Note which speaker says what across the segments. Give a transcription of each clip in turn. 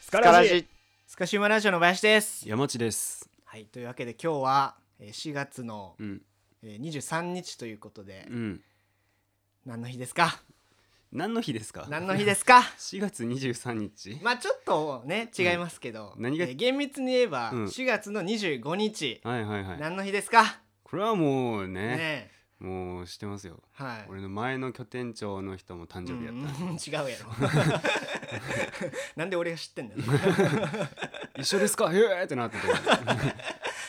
Speaker 1: スカ
Speaker 2: カ
Speaker 1: ラ
Speaker 2: ラ
Speaker 1: ジ
Speaker 2: ジ
Speaker 1: スカシウマラジオの林です。
Speaker 3: 山地です。
Speaker 1: はい、というわけで今日はえー4月の
Speaker 3: うん。
Speaker 1: えー23日ということで、
Speaker 3: うん。
Speaker 1: 何の日ですか
Speaker 3: 何の日ですか
Speaker 1: 何の日ですか
Speaker 3: ?4 月23日。
Speaker 1: まあちょっとね違いますけど、
Speaker 3: うん何が
Speaker 1: えー厳密に言えば
Speaker 3: うん
Speaker 1: 4月の25日、
Speaker 3: はいはいはい。
Speaker 1: 何の日ですか
Speaker 3: これはもうね、
Speaker 1: ねえ
Speaker 3: もう知ってますよ。
Speaker 1: はい。
Speaker 3: 俺の前の拠点長の人も誕生日や
Speaker 1: う
Speaker 3: っ
Speaker 1: ん 違うやろなんで俺が知ってんだ よ
Speaker 3: た。一緒ですかへえってなってて、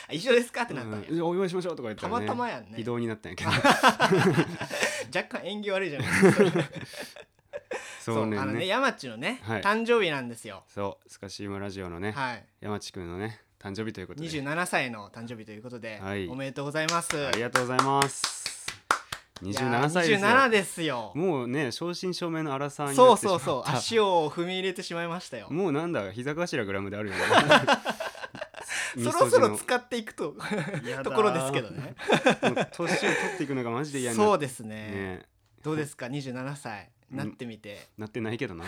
Speaker 1: あ一緒ですかって なったん
Speaker 3: うん
Speaker 1: や、
Speaker 3: じゃあお祝いしましょうとか言ったら、ね。
Speaker 1: たまたまやんね
Speaker 3: 移動になったん やけど。
Speaker 1: 若干縁起悪いじゃないです か
Speaker 3: そうね
Speaker 1: あのね
Speaker 3: ね。
Speaker 1: 山地のね、
Speaker 3: はい
Speaker 1: 誕生日なんですよ
Speaker 3: そう、スカシウマラジオのね、
Speaker 1: はい
Speaker 3: 山地君のね、誕生日ということで。
Speaker 1: 27歳の誕生日ということで、
Speaker 3: はい
Speaker 1: おめでとうございます。
Speaker 3: ありがとうございます。27歳
Speaker 1: い
Speaker 3: で
Speaker 1: や
Speaker 3: す
Speaker 1: 27
Speaker 3: よ。
Speaker 1: ですよ。
Speaker 3: もうね、正真正銘の荒さんにな
Speaker 1: そう
Speaker 3: ってしま
Speaker 1: そ
Speaker 3: っ
Speaker 1: う
Speaker 3: た
Speaker 1: そう、足を踏み入れてしまいましたよ。
Speaker 3: もうなんだ膝頭グラムであるよね
Speaker 1: そろそろ
Speaker 3: 味噌
Speaker 1: 使っていくと
Speaker 3: 汁の
Speaker 1: ところですけどね。
Speaker 3: もう年を取っていくのがマジで嫌にな
Speaker 1: そう
Speaker 3: う
Speaker 1: ですね
Speaker 3: ね
Speaker 1: どうですか、27歳なってみて、
Speaker 3: なってないけどな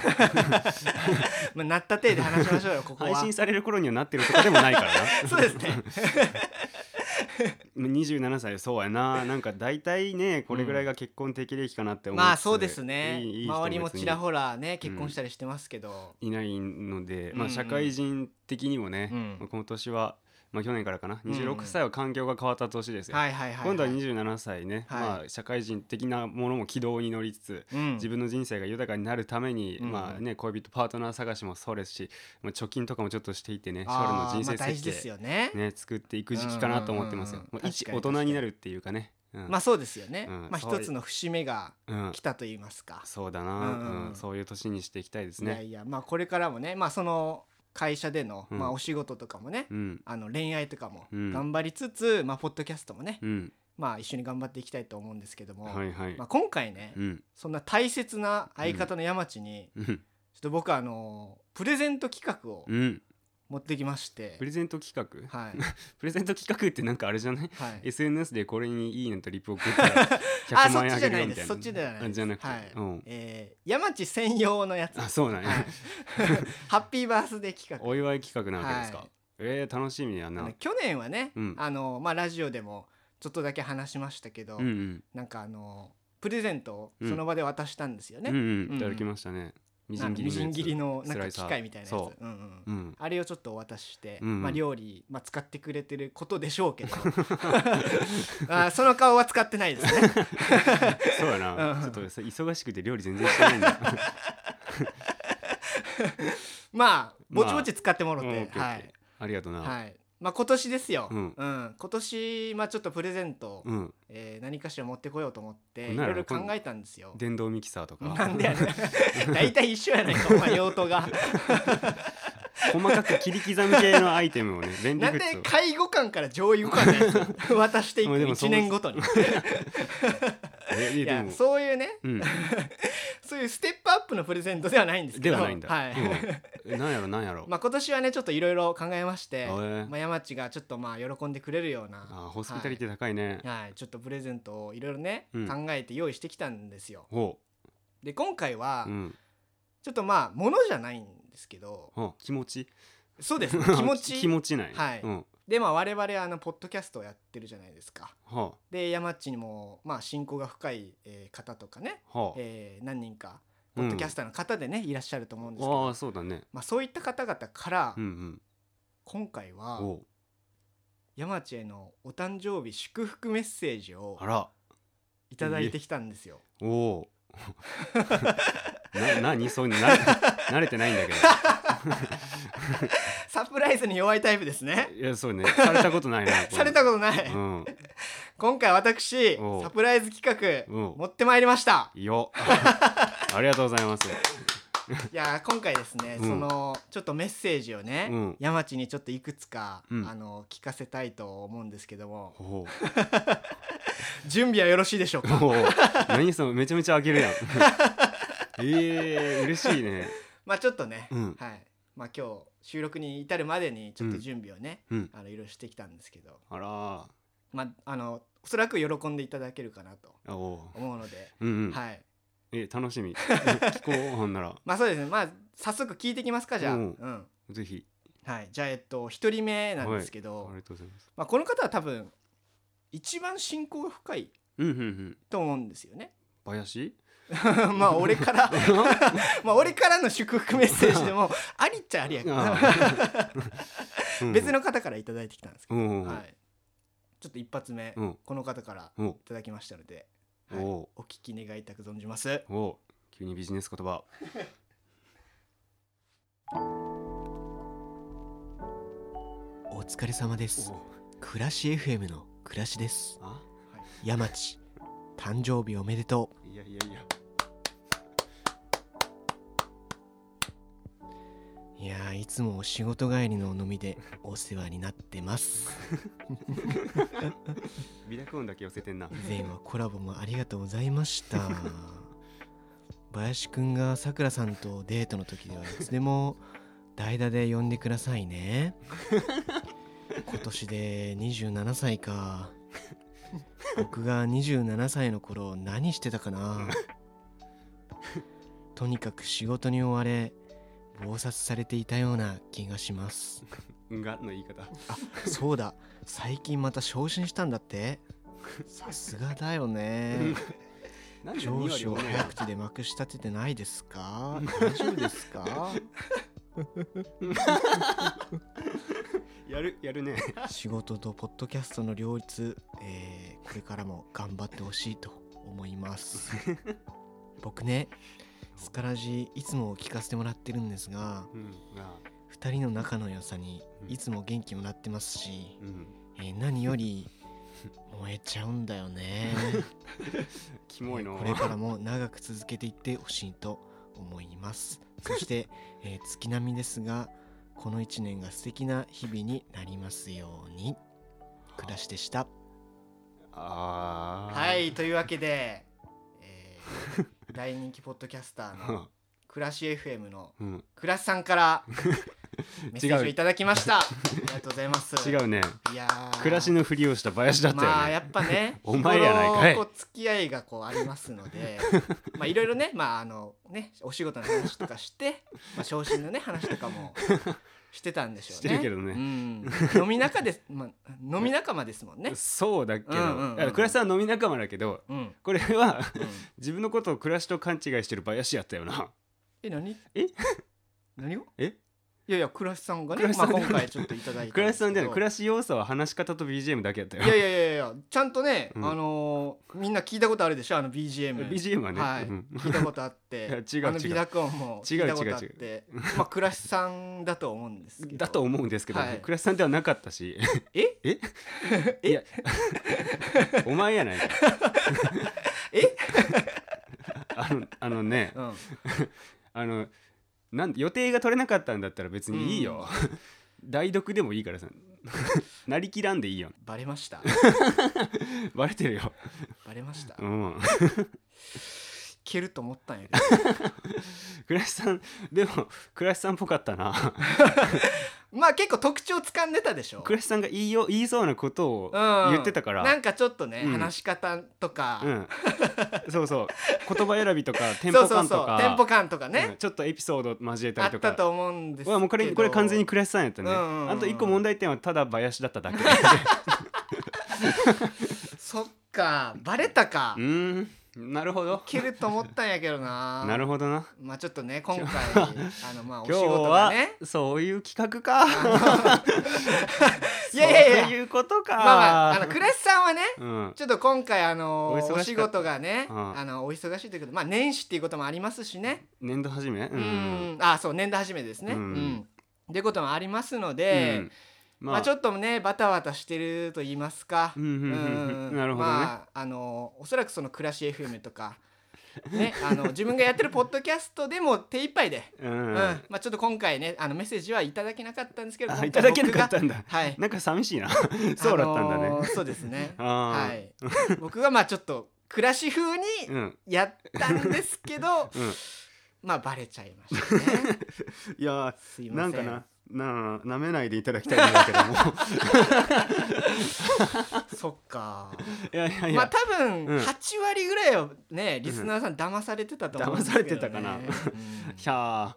Speaker 1: まあ、なった体で話しまし ょうよ、ここ
Speaker 3: 配
Speaker 1: は
Speaker 3: 信。される頃にはなってるとかでもないからな
Speaker 1: そうです ね。
Speaker 3: もう27歳そうやななんか大体ねこれぐらいが結婚適齢期かなって思いつつ
Speaker 1: まあそうですね。
Speaker 3: いいいい人
Speaker 1: 周りも
Speaker 3: 別に
Speaker 1: ちらほらね、結婚したりしてますけど。
Speaker 3: いないので、
Speaker 1: うんう
Speaker 3: ま
Speaker 1: ん
Speaker 3: あ、社会人的にもね、
Speaker 1: うん
Speaker 3: まあこの年は、まあ、去年からかな
Speaker 1: うんうん
Speaker 3: 26歳は環境が変わった年ですよ、
Speaker 1: はいはいはい、はい。
Speaker 3: 今度は27歳ね、
Speaker 1: はい
Speaker 3: まあ、社会人的なものも軌道に乗りつつ、
Speaker 1: うん
Speaker 3: 自分の人生が豊かになるために、
Speaker 1: うん
Speaker 3: まあね、恋人パートナー探しもそうですし、まあ、貯金とかもちょっとしていってね将来の
Speaker 1: あー
Speaker 3: 人
Speaker 1: まあ
Speaker 3: 生
Speaker 1: 大事です
Speaker 3: 設計、
Speaker 1: よね。
Speaker 3: ね作っていく時期かなと思ってますよ。
Speaker 1: うんうんうん
Speaker 3: ま
Speaker 1: うん確
Speaker 3: あ、一
Speaker 1: かに
Speaker 3: 大人になるっていうかね、うん
Speaker 1: まあそうですよね。
Speaker 3: うん
Speaker 1: まあ
Speaker 3: そう
Speaker 1: 一つの節目が
Speaker 3: うん
Speaker 1: 来たと言いますか。
Speaker 3: そうだな、
Speaker 1: うんうんうん
Speaker 3: うんそういう年にしていきたいです
Speaker 1: いや
Speaker 3: ね。
Speaker 1: いやまあこれからもねまあその会社での、
Speaker 3: うん
Speaker 1: まあお仕事とかもね、
Speaker 3: うん
Speaker 1: あの恋愛とかも
Speaker 3: うん
Speaker 1: 頑張りつつ、まあポッドキャストもね、
Speaker 3: うん、
Speaker 1: まあ一緒に頑張っていきたいと思うんですけども、
Speaker 3: はいはい、
Speaker 1: まあ今回ね、
Speaker 3: うん
Speaker 1: そんな大切な相方の山地に、
Speaker 3: うん
Speaker 1: ちょっと僕はあのプレゼント企画を
Speaker 3: うん、
Speaker 1: 持ってきまして
Speaker 3: プ、レゼント企画、
Speaker 1: はい
Speaker 3: プレゼント企画ってなんかあれじゃない
Speaker 1: はい
Speaker 3: SNS でこれにいいねとリプを送った ら
Speaker 1: あ
Speaker 3: 100
Speaker 1: そっ
Speaker 3: 万円
Speaker 1: ち
Speaker 3: あ
Speaker 1: じ
Speaker 3: げ
Speaker 1: ゃな
Speaker 3: るよ
Speaker 1: い
Speaker 3: み
Speaker 1: で
Speaker 3: たい
Speaker 1: すそ
Speaker 3: な
Speaker 1: っちじゃないです
Speaker 3: じゃなくて、
Speaker 1: はい
Speaker 3: うん、
Speaker 1: えー山地専用のやつ
Speaker 3: あそう なんや、
Speaker 1: はい、ハッピーバースデー企画
Speaker 3: お祝い企画なわけですか、
Speaker 1: はい
Speaker 3: えー、楽しみや
Speaker 1: あ
Speaker 3: な
Speaker 1: の去年はね、
Speaker 3: うん
Speaker 1: あのまあ、ラジオでもちょっとだけ話しましたけど、
Speaker 3: うんうん
Speaker 1: なんかあのプレゼントを
Speaker 3: うん
Speaker 1: その場で渡したんですよね、
Speaker 3: うん
Speaker 1: う
Speaker 3: うんんいただきましたねみじ
Speaker 1: あの
Speaker 3: ん切り
Speaker 1: み
Speaker 3: の
Speaker 1: じん切りの
Speaker 3: やつ
Speaker 1: なんか
Speaker 3: スライサ
Speaker 1: 機
Speaker 3: ー
Speaker 1: 械みたいなやつ、
Speaker 3: そ
Speaker 1: うんうん
Speaker 3: ううん
Speaker 1: あれをちょっとお渡しして、
Speaker 3: うんうん
Speaker 1: まあ、料理、まあ、使ってくれてることでしょうけど あその顔は使ってないですね
Speaker 3: そうや
Speaker 1: うん
Speaker 3: なちょっとさ忙しくて料理全然してないんだ
Speaker 1: まあぼちぼち使っても
Speaker 3: う
Speaker 1: ろ
Speaker 3: ん
Speaker 1: て、
Speaker 3: オッケーオ
Speaker 1: は
Speaker 3: ッケー
Speaker 1: い、
Speaker 3: ありがとうな
Speaker 1: はいまあ、今年ですよ、う
Speaker 3: うんん
Speaker 1: 今年、まあ、ちょっとプレゼントを、
Speaker 3: うん
Speaker 1: えー何かしら持ってこようと思ってい
Speaker 3: なんや
Speaker 1: ろ
Speaker 3: ろ
Speaker 1: いろ考えたんですよ。
Speaker 3: 電動ミキサーと
Speaker 1: な
Speaker 3: か
Speaker 1: んでやねん 大体一緒やないかお前用途が
Speaker 3: 細かく切り刻み系のアイテムをね 便利
Speaker 1: なん
Speaker 3: グ
Speaker 1: で
Speaker 3: ッズを
Speaker 1: 介護官から上位互換のやつ 渡していく
Speaker 3: まあでもそ
Speaker 1: 1
Speaker 3: う
Speaker 1: 年ごと に
Speaker 3: え
Speaker 1: い
Speaker 3: えで
Speaker 1: や
Speaker 3: も
Speaker 1: そういうね
Speaker 3: うん
Speaker 1: そういうステップアップのプレゼントではないんですけ
Speaker 3: で
Speaker 1: ど
Speaker 3: はないんだ
Speaker 1: はい
Speaker 3: うんえなんやろなんやろ
Speaker 1: まあ今年はねちょっといろいろ考えまして、
Speaker 3: へえ
Speaker 1: まあ、山地がちょっとまあ喜んでくれるような
Speaker 3: あホスピタリティ高いね
Speaker 1: はい、はいちょっとプレゼントをいろいろね、
Speaker 3: うん
Speaker 1: 考えて用意してきたんですよ
Speaker 3: ほ
Speaker 1: で今回は
Speaker 3: ううん
Speaker 1: ちょっとまあ物じゃないんですけど
Speaker 3: ほう気持ち
Speaker 1: そうですね気持ち
Speaker 3: 気持ちない
Speaker 1: はい
Speaker 3: うん
Speaker 1: でまあ我々あのポッドキャストをやってるじゃないですか
Speaker 3: は
Speaker 1: で山地にもまあ親交が深い、えー方とかね、
Speaker 3: あはあ
Speaker 1: えー何人か
Speaker 3: う
Speaker 1: ポ
Speaker 3: ん
Speaker 1: ッドキャスターの方でね、いらっしゃると思うんですけど
Speaker 3: ああそうだね
Speaker 1: まあ、そういった方々から、
Speaker 3: うんうん
Speaker 1: 今回は
Speaker 3: おう
Speaker 1: 山地へのお誕生日祝福メッセージを
Speaker 3: あら
Speaker 1: いただいてきたんですよ。
Speaker 3: おお な何そうな慣れてないんだけ
Speaker 1: サプライズに弱いタイプですね
Speaker 3: ど。いやそうねされたことないな
Speaker 1: されたことない、
Speaker 3: うん
Speaker 1: 今回私
Speaker 3: おう
Speaker 1: サプライズ企画
Speaker 3: うん
Speaker 1: 持ってまいりました
Speaker 3: よ ありがとうございます
Speaker 1: いや ー今回ですね、
Speaker 3: うん
Speaker 1: そのちょっとメッセージをね、
Speaker 3: うん
Speaker 1: 山地にちょっといくつか、
Speaker 3: うん
Speaker 1: あの聞かせたいと思うんですけども
Speaker 3: おう
Speaker 1: 準備はよろしいでしょう か
Speaker 3: おう何そのめちゃめちゃ開けるやん ええ嬉しいね
Speaker 1: まあちょっとね、
Speaker 3: うん
Speaker 1: はいまあ今日収録に至るまでにちょっと準備をね、
Speaker 3: うん
Speaker 1: あのいろいろしてきたんですけど
Speaker 3: あら
Speaker 1: まああのおそらく喜んでいただけるかなと
Speaker 3: あお
Speaker 1: 思うので、
Speaker 3: ううんうん、
Speaker 1: はい
Speaker 3: え楽しみ 聞こうほんなら
Speaker 1: まあそうですねまあ早速聞いてきますかじゃあ、う
Speaker 3: うんんぜひ
Speaker 1: はい、じゃあ、えっと、1人目なんですけ
Speaker 3: あ
Speaker 1: ど、
Speaker 3: りがとうございます
Speaker 1: まあ、この方は多分一番親交が深い
Speaker 3: うんうんうん
Speaker 1: と思うんですよね。
Speaker 3: 林
Speaker 1: まあ俺 からまあ俺からの祝福メッセージでも ありっちゃありやけど 別の方から頂いてきたんですけ
Speaker 3: うんうん
Speaker 1: ど、はい、ちょっと一発目
Speaker 3: うん
Speaker 1: この方から
Speaker 3: お
Speaker 1: いただきましたので、
Speaker 3: お
Speaker 1: はい、
Speaker 3: お
Speaker 1: お聞き願いたく存じます。
Speaker 3: お急にビジネス 言葉
Speaker 2: お疲れ様です暮らし FM の暮らしです
Speaker 3: あ
Speaker 2: 山地誕生日おめでとう
Speaker 3: いやいやいや
Speaker 2: いやーいつもお仕事帰りのお飲みでお世話になってます
Speaker 3: 美濁音だけ寄せてんな
Speaker 2: 以前はコラボもありがとうございました林くんがさくらさんとデートの時ではいつでも代打で呼んでくださいね今年で27歳か僕が27歳の頃何してたかなとにかく仕事に追われ忙殺されていたような気がします
Speaker 3: うんがの言い方
Speaker 2: あそうだ最近また昇進したんだってさすがだよね
Speaker 3: なんで
Speaker 2: 上
Speaker 3: 2
Speaker 2: 司
Speaker 3: 割
Speaker 2: を
Speaker 3: を
Speaker 2: 早
Speaker 3: ね
Speaker 2: 口でまくし立ててないですか大丈夫ですか
Speaker 3: やるやるね
Speaker 2: 仕事とポッドキャストの両立、えーこれからも頑張ってほしいと思います 僕ねスカラジいつも聞かせてもらってるんですが
Speaker 3: うんあ
Speaker 2: 2人の仲の良さに
Speaker 3: うん
Speaker 2: いつも元気もらってますし、
Speaker 3: うん
Speaker 2: えー何より燃えちゃうんだよね
Speaker 3: キモいの
Speaker 2: これからも長く続けていってほしいと思い ますそして、えー月並みですがこの1年が素敵な日々になりますように暮らしでした
Speaker 3: あー
Speaker 1: はいというわけで、えー 大人気ポッドキャスターの暮らし FM の
Speaker 3: うん
Speaker 1: 暮らしさんからメッセージをいただきま した。ありがとうございます。
Speaker 3: 違うね
Speaker 1: いやー
Speaker 3: 暮らしのふりをした林だったよね、
Speaker 1: まあやっぱね
Speaker 3: お前やないかい
Speaker 1: 日頃こう付き合いがこうありますの でまあいろいろねまああのねお仕事の話とかして、まあ、昇進のね話とかもしてたんでしょうね
Speaker 3: してるけどね
Speaker 1: うん、飲み仲です、 まあ、飲み仲間ですもんね
Speaker 3: そうだけど、
Speaker 1: うんうんうん
Speaker 3: いや暮らしさんは飲み仲間だけど
Speaker 1: うん、うん、
Speaker 3: これは自分のことを暮らしと勘違いしてる林やったよな
Speaker 1: え何
Speaker 3: え
Speaker 1: 何を
Speaker 3: え
Speaker 1: いやいや倉橋さんがね
Speaker 3: 倉橋
Speaker 1: ま
Speaker 3: さ
Speaker 1: あ、
Speaker 3: んでは
Speaker 1: 今回ちょっといただいて
Speaker 3: 暮らしさんじゃない暮
Speaker 1: い
Speaker 3: らし要素は話し方と BGM だけやったよ
Speaker 1: いやいやいやいやちゃんとね、
Speaker 3: うん
Speaker 1: あのーみんな聞いたことあるでしょあの BGM
Speaker 3: BGM はね、
Speaker 1: はい
Speaker 3: うん
Speaker 1: 聞いたことあっ
Speaker 3: いや
Speaker 1: て
Speaker 3: 違う
Speaker 1: あの
Speaker 3: 違う
Speaker 1: 美濁音も聞いたことあっ
Speaker 3: 違う
Speaker 1: てまあ倉石さんだと思うんですけど
Speaker 3: だと思うんですけど、
Speaker 1: はい
Speaker 3: 倉石さんではなかったし
Speaker 1: え
Speaker 3: え いやお前やないか
Speaker 1: え
Speaker 3: あのあのね
Speaker 1: うん
Speaker 3: あのなん予定が取れなかったんだったら別にいいよ、代読でもいいからさなりきらんでいいよ
Speaker 1: バレました
Speaker 3: バレてるよ、
Speaker 1: バレました
Speaker 3: う
Speaker 1: い
Speaker 3: ん、
Speaker 1: けると思ったんやけど
Speaker 3: 倉石さんでも倉石さんっぽかったな
Speaker 1: まあ結構特徴掴んでたでしょ
Speaker 3: 倉石さんが言いよ言いそうなことを
Speaker 1: うん
Speaker 3: 言ってたから、
Speaker 1: なんかちょっとね
Speaker 3: うん
Speaker 1: 話し方と
Speaker 3: う
Speaker 1: か
Speaker 3: ん、そうそう言葉選びとかテン
Speaker 1: そ
Speaker 3: ポ
Speaker 1: うそう
Speaker 3: 感と
Speaker 1: そう
Speaker 3: か
Speaker 1: テンポ感とか
Speaker 3: う
Speaker 1: ね
Speaker 3: んちょっとエピソード交えた
Speaker 1: あ
Speaker 3: り
Speaker 1: っ
Speaker 3: と
Speaker 1: た
Speaker 3: か
Speaker 1: と思うんですけ
Speaker 3: うわ
Speaker 1: ど
Speaker 3: もうこれこれ完全に倉石さんやったね、
Speaker 1: うんうんうんうん
Speaker 3: あと一個問題点はただ林だっ ただけ
Speaker 1: そっかバレたか
Speaker 3: うーんなるほど
Speaker 1: いけると思ったんやけどな
Speaker 3: なるほどな
Speaker 1: まあちょっとね今回あのまあお仕
Speaker 3: 今日
Speaker 1: 事が
Speaker 3: は
Speaker 1: ね
Speaker 3: そういう企画 か
Speaker 1: いやいやいや
Speaker 3: そういうことか
Speaker 1: まあまああの倉石さんはね
Speaker 3: うん
Speaker 1: ちょっと今回あの
Speaker 3: お忙し
Speaker 1: お
Speaker 3: かった
Speaker 1: 仕事がね、
Speaker 3: うん
Speaker 1: あのお忙しいということでまあ年始っていうこともありますしね。
Speaker 3: 年度始めう
Speaker 1: うんん、あそう年度初めですね。う
Speaker 3: うんん、
Speaker 1: っていうこともありますので、
Speaker 3: うん
Speaker 1: ま
Speaker 3: ま
Speaker 1: あ、
Speaker 3: あ、
Speaker 1: ちょっとねバタバタしてると言いますか。
Speaker 3: うんうんうんうんなるほどね
Speaker 1: まああのおそらくその暮らし FM とか。ね、あの自分がやってるポッドキャストでも手一杯で、
Speaker 3: うん
Speaker 1: うんまあ、ちょっと今回ねあのメッセージはいただけなかったんですけど
Speaker 3: あいただけなかったんだ
Speaker 1: 僕がはい
Speaker 3: なんか寂しいな そうだったんだね、
Speaker 1: あのーそうですね
Speaker 3: あ
Speaker 1: はい僕はまあちょっと暮らし風に
Speaker 3: ーうん
Speaker 1: やったんですけど、
Speaker 3: うん
Speaker 1: まあバレちゃいましたね。
Speaker 3: いやー
Speaker 1: すいま
Speaker 3: な
Speaker 1: せん。
Speaker 3: んかなな舐めないでいただきたいんだけ ども
Speaker 1: そっか
Speaker 3: いやいやいや、
Speaker 1: まあ多分
Speaker 3: うん
Speaker 1: 8割ぐらいはねリスナーさん騙されてたと思うんですけど、ね、
Speaker 3: 騙されてたかな
Speaker 1: うん
Speaker 3: シャ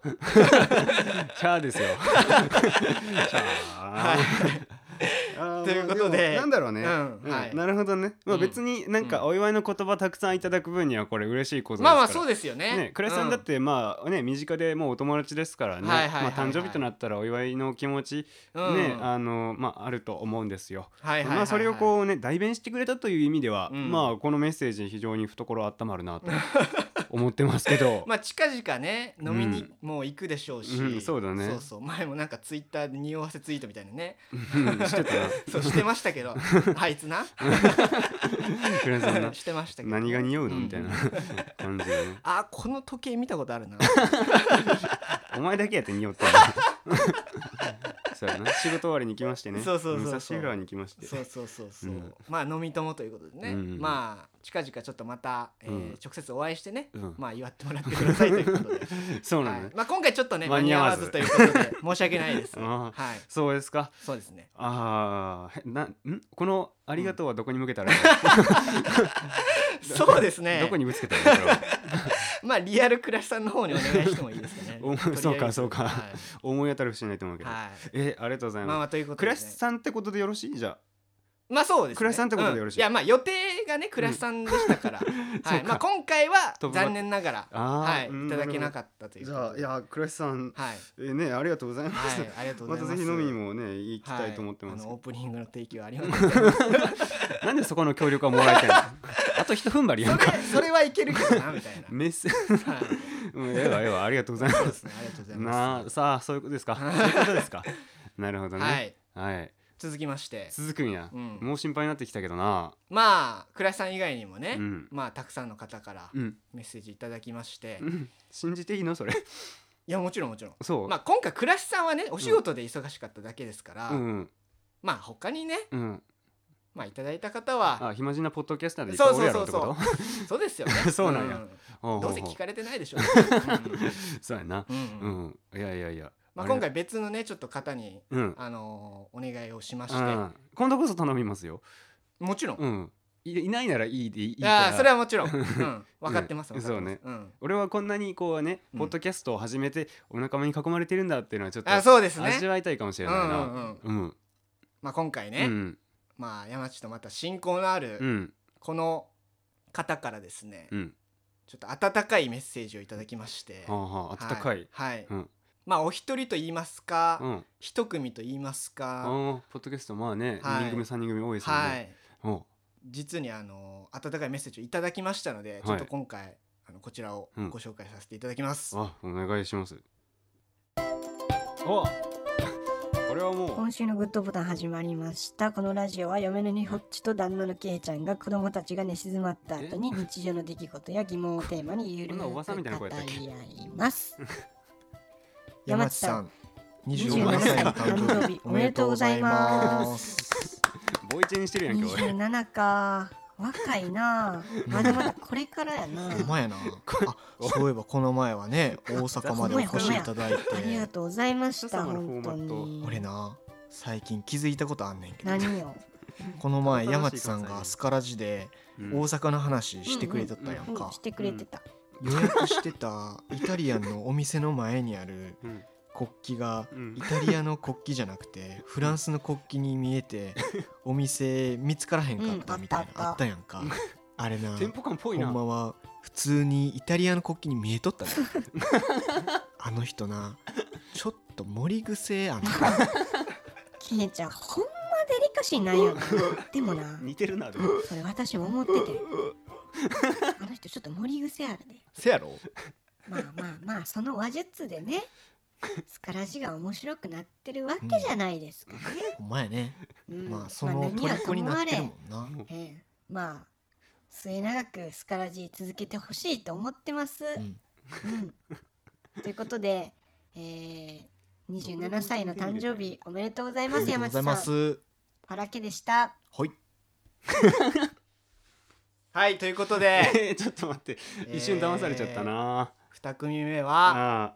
Speaker 3: ーシャーですよシャー、
Speaker 1: はい
Speaker 3: あー
Speaker 1: ということで
Speaker 3: まあもなんだろうね、
Speaker 1: うん
Speaker 3: うん
Speaker 1: はい
Speaker 3: なるほどね、まあ、
Speaker 1: うん
Speaker 3: 別になんかお祝いの言葉たくさんいただく分にはこれ嬉しいことですか
Speaker 1: ま
Speaker 3: ら
Speaker 1: あまあそうですよね
Speaker 3: ね、倉石さんだってまあね身近でもうお友達ですからね、
Speaker 1: はいはいはいはい
Speaker 3: まあ、誕生日となったらお祝いの気持ち、
Speaker 1: うん
Speaker 3: ねあのまあ、あると思うんですよ。
Speaker 1: はいはいはいはい
Speaker 3: まあ、それをこうね代弁してくれたという意味では、
Speaker 1: うん
Speaker 3: まあ、このメッセージ非常に懐温ま るなと思ってますけど、
Speaker 1: まあ近々ね飲みにもう行くでしょうし、
Speaker 3: うんそうだね
Speaker 1: そうそう前もなんかツイッターで匂わせツイートみたいなね
Speaker 3: うんしてたな
Speaker 1: そうしてましたけ どあいつな
Speaker 3: 倉石さん な
Speaker 1: してましたけど
Speaker 3: 何が似合うの
Speaker 1: ん
Speaker 3: みたいな 感じでね
Speaker 1: あこの時計見たことあるな
Speaker 3: お前だけやって匂ってる そうやな仕事終わりに来ましてね
Speaker 1: そうそうそうそう
Speaker 3: 武蔵浦和に来まし て
Speaker 1: そうそうそうそう、
Speaker 3: うん
Speaker 1: まあ飲み友ということでね、
Speaker 3: うん
Speaker 1: まあ近々ちょっとまた、えー
Speaker 3: うん
Speaker 1: 直接お会いしてね、
Speaker 3: うん
Speaker 1: まあ祝ってもらってくださいという ことで、
Speaker 3: そうなの
Speaker 1: は
Speaker 3: ね、
Speaker 1: いまあ、今回ちょっとね
Speaker 3: 間
Speaker 1: 間
Speaker 3: に
Speaker 1: に
Speaker 3: 合
Speaker 1: 合
Speaker 3: わ
Speaker 1: わ
Speaker 3: ず
Speaker 1: ずということで申し訳ないです
Speaker 3: あ
Speaker 1: は
Speaker 3: ー
Speaker 1: い
Speaker 3: そうですか
Speaker 1: そうですね
Speaker 3: ああ、へなんこのありがとうはどこに向けたらいい
Speaker 1: そうです
Speaker 3: の、
Speaker 1: ね
Speaker 3: どこにぶつけたらいいの こ
Speaker 1: まあリアル倉石さんの方にお願いしてもいいですかね
Speaker 3: お
Speaker 1: とりあえず
Speaker 3: そうかそうか
Speaker 1: はい
Speaker 3: れ思い当たる節ないと思うけど。
Speaker 1: は
Speaker 3: え、ありがとうござ
Speaker 1: い、
Speaker 3: い
Speaker 1: まあま
Speaker 3: ま
Speaker 1: あということ
Speaker 3: す。
Speaker 1: で、
Speaker 3: 倉
Speaker 1: ね、
Speaker 3: 石さんってことでよろしいじゃ
Speaker 1: まあそうです、ね、
Speaker 3: 倉石さんってことでよろしい
Speaker 1: んいやまあ予定がね倉石さんでしたから、は
Speaker 3: そう
Speaker 1: い
Speaker 3: か
Speaker 1: まあ、今回は
Speaker 3: 飛ぶわ
Speaker 1: 残念ながら
Speaker 3: あ。あ
Speaker 1: はい
Speaker 3: ー
Speaker 1: いただけな
Speaker 3: っ
Speaker 1: かったという
Speaker 3: じ
Speaker 1: こと
Speaker 3: ゃあ、い
Speaker 1: で
Speaker 3: や、倉石さん、
Speaker 1: はい
Speaker 3: えーね、ありがとうございま
Speaker 1: は
Speaker 3: す。
Speaker 1: い、ありがとうご
Speaker 3: ま
Speaker 1: ざい
Speaker 3: た
Speaker 1: ます。
Speaker 3: ぜひ飲みにもね、行きたいと思ってま
Speaker 1: は
Speaker 3: す
Speaker 1: いあ
Speaker 3: け
Speaker 1: のオ
Speaker 3: ど
Speaker 1: ー。プニングの提供ありがとうご ざいます。
Speaker 3: なんでそこの協力はもらいたいの あと一踏ん張りやんか。
Speaker 1: それはいけるけどなみたい な。
Speaker 3: メッセ
Speaker 1: はい、
Speaker 3: うんええわええわありがとうござい
Speaker 1: そう
Speaker 3: ま。
Speaker 1: ですすね。ありがとうござい
Speaker 3: な
Speaker 1: ま
Speaker 3: あ、さあ、そういうことです か。そういうことですか。なるほ
Speaker 1: す。
Speaker 3: どね。
Speaker 1: はい、
Speaker 3: はい。
Speaker 1: 続きまして、
Speaker 3: 続くんや
Speaker 1: う。ん
Speaker 3: もう心配になってきたけどな。
Speaker 1: まあ倉石さん以外にもね、
Speaker 3: うん。
Speaker 1: まあたくさんの方から
Speaker 3: うん。
Speaker 1: メッセージいただきまして、
Speaker 3: う
Speaker 1: い
Speaker 3: ん 信じていいのそれ
Speaker 1: やもちろんもちろん。
Speaker 3: そう、
Speaker 1: まあ今回倉石さんはねお仕事で忙しかっただけですから、
Speaker 3: うん
Speaker 1: まあ他にね、
Speaker 3: うん
Speaker 1: まあいただいた方は
Speaker 3: あ暇人なポッドキャスターでいっぱいおるやろってこ
Speaker 1: そ
Speaker 3: と
Speaker 1: うそうそうです よね。
Speaker 3: そうなんや
Speaker 1: ん
Speaker 3: ほうほ
Speaker 1: ど
Speaker 3: う
Speaker 1: う
Speaker 3: ほ
Speaker 1: せ
Speaker 3: う
Speaker 1: 聞かれてないで しょう。
Speaker 3: そうやな
Speaker 1: うんうん
Speaker 3: う
Speaker 1: うん
Speaker 3: んいやいやいや
Speaker 1: まあ今回別のねちょっと方に
Speaker 3: あれうん
Speaker 1: あのーお願いをしまして
Speaker 3: あー今度こそ頼みますよ
Speaker 1: もちろん、
Speaker 3: うんいいないならいいでいいから
Speaker 1: ああそれはも ちろん、うん、分かってます、
Speaker 3: う
Speaker 1: 分かってま
Speaker 3: ん
Speaker 1: す
Speaker 3: そうね
Speaker 1: ん、
Speaker 3: 俺はこんなにこうね
Speaker 1: うん
Speaker 3: ポッドキャストを始めてお仲間に囲まれてるんだっていうのはちょっと
Speaker 1: あそうですね
Speaker 3: 味わいたいかもしれない
Speaker 1: う
Speaker 3: な
Speaker 1: んうん
Speaker 3: うん
Speaker 1: まあ、今回
Speaker 3: う
Speaker 1: ね、
Speaker 3: ん
Speaker 1: まあ、山地とまた親交のあ
Speaker 3: う
Speaker 1: る
Speaker 3: ん
Speaker 1: この方からですね、
Speaker 3: うん
Speaker 1: ちょっと温かいメッセージをいただきまして、
Speaker 3: はあはあ温かい
Speaker 1: はい、はい
Speaker 3: うん
Speaker 1: まあお一人と言いますか、
Speaker 3: うん
Speaker 1: 一組と言います
Speaker 3: あ
Speaker 1: か、
Speaker 3: ーポッドキャストまあね
Speaker 1: はい
Speaker 3: 二人組三人組多いですよ
Speaker 1: は
Speaker 3: ね
Speaker 1: い
Speaker 3: うん
Speaker 1: 実にあの温かいメッセージをいただきましたので、
Speaker 3: い
Speaker 1: ちょっと今回あのこちらを
Speaker 3: うん
Speaker 1: ご紹介させていただきます、
Speaker 3: あ、お願いします。お、 これはも
Speaker 4: 今週のグッドボタン始まりましたこのラジオは嫁のにほっちと旦那のけいちゃんが子供たちが寝静まった後に日常の出来事や疑問をテーマにゆる
Speaker 3: こんなおば
Speaker 4: く
Speaker 3: さんみたいな声
Speaker 4: 語
Speaker 3: やったっけ
Speaker 4: り合います
Speaker 2: 山地さん
Speaker 4: 27
Speaker 2: 27
Speaker 4: 歳
Speaker 2: 歳
Speaker 4: の
Speaker 2: の誕
Speaker 4: 誕生
Speaker 2: 生
Speaker 4: 日
Speaker 2: 日
Speaker 4: お
Speaker 2: お
Speaker 4: め
Speaker 2: め
Speaker 4: で
Speaker 2: でと
Speaker 4: と
Speaker 2: う
Speaker 4: うご
Speaker 2: ご
Speaker 4: ざ
Speaker 2: ざ
Speaker 4: い
Speaker 2: い
Speaker 4: ま
Speaker 2: ます
Speaker 3: う、ボイチェンしてるやんけ、俺。
Speaker 4: 27か若いなあまだまだこれからやな
Speaker 2: ほんまやなあそういえばこの前はね大阪までお越しいただいて
Speaker 4: ありがとうございました
Speaker 3: 人様のフォー
Speaker 4: 本
Speaker 3: マ
Speaker 4: 当
Speaker 3: ット
Speaker 4: に
Speaker 2: 俺な最近気づいたことあんねんけど
Speaker 4: 何よ
Speaker 2: この前山地さんがスカラジで
Speaker 3: うん
Speaker 2: 大阪の話してくれとったやん
Speaker 4: うん
Speaker 2: か
Speaker 4: してくれてた
Speaker 2: 予約してたイタリアンのお店の前にある
Speaker 3: うん
Speaker 2: 国旗が
Speaker 3: うん
Speaker 2: イタリアの国旗じゃなくてフランスの国旗に見えてお店見つからへんかったみたい
Speaker 4: うんあったあ
Speaker 2: なあ
Speaker 4: った
Speaker 2: ったやんかあれな
Speaker 3: テンポ感っぽい
Speaker 2: ほ
Speaker 3: な。
Speaker 2: んまは普通にイタリアの国旗に見えとったねあの人なちょっと盛り癖あんの
Speaker 4: けいちゃんほんまデリカシーないよなでもな
Speaker 3: 似てるな、でも。
Speaker 4: それ私も思っててあの人ちょっと盛り癖あるね
Speaker 2: せやろ
Speaker 4: まあまあまあその話術でねスカラジが面白くなってるわけじゃないですかね、
Speaker 2: お前ね
Speaker 4: うん
Speaker 2: まあその虜になってるもんな
Speaker 4: ええまあ末永くスカラジ続けてほしいと思ってます、
Speaker 2: うん
Speaker 4: うんということで、えー、27歳の誕生日おめでとうございま
Speaker 2: あ
Speaker 4: す
Speaker 2: りがとうご
Speaker 4: 山
Speaker 2: ざ
Speaker 4: 地さ
Speaker 2: い
Speaker 4: ん
Speaker 2: ます
Speaker 4: パラケでした
Speaker 2: はい
Speaker 1: はいということで
Speaker 3: えーちょっと待って、一瞬騙されちゃったな。
Speaker 1: 2組目は
Speaker 3: あ、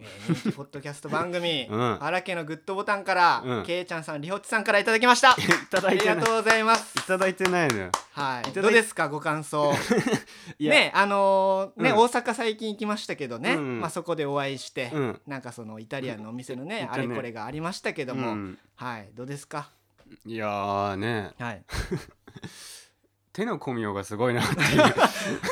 Speaker 1: えー人気ポッドキャスト番組
Speaker 3: うん
Speaker 1: 荒家のグッドボタンから、
Speaker 3: うん
Speaker 1: けいちゃんさんりほっちさんからいただきました
Speaker 3: いただ
Speaker 1: あ
Speaker 3: い
Speaker 1: り
Speaker 3: てな
Speaker 1: が
Speaker 3: い
Speaker 1: とうございます
Speaker 3: いただいてないのよ
Speaker 1: はい
Speaker 3: ただい
Speaker 1: どうですかご感想
Speaker 3: いや
Speaker 1: ねあのーね、
Speaker 3: うん
Speaker 1: 大阪最近行きましたけどね、
Speaker 3: うん
Speaker 1: まあ、そこでお会いして、
Speaker 3: うん
Speaker 1: なんかそのイタリアンのお店のね、
Speaker 3: うん
Speaker 1: あれこれがありましたけども、
Speaker 3: うん
Speaker 1: はいどうですか
Speaker 3: いやーね
Speaker 1: はい、
Speaker 3: 手の込みようがすごいなっていう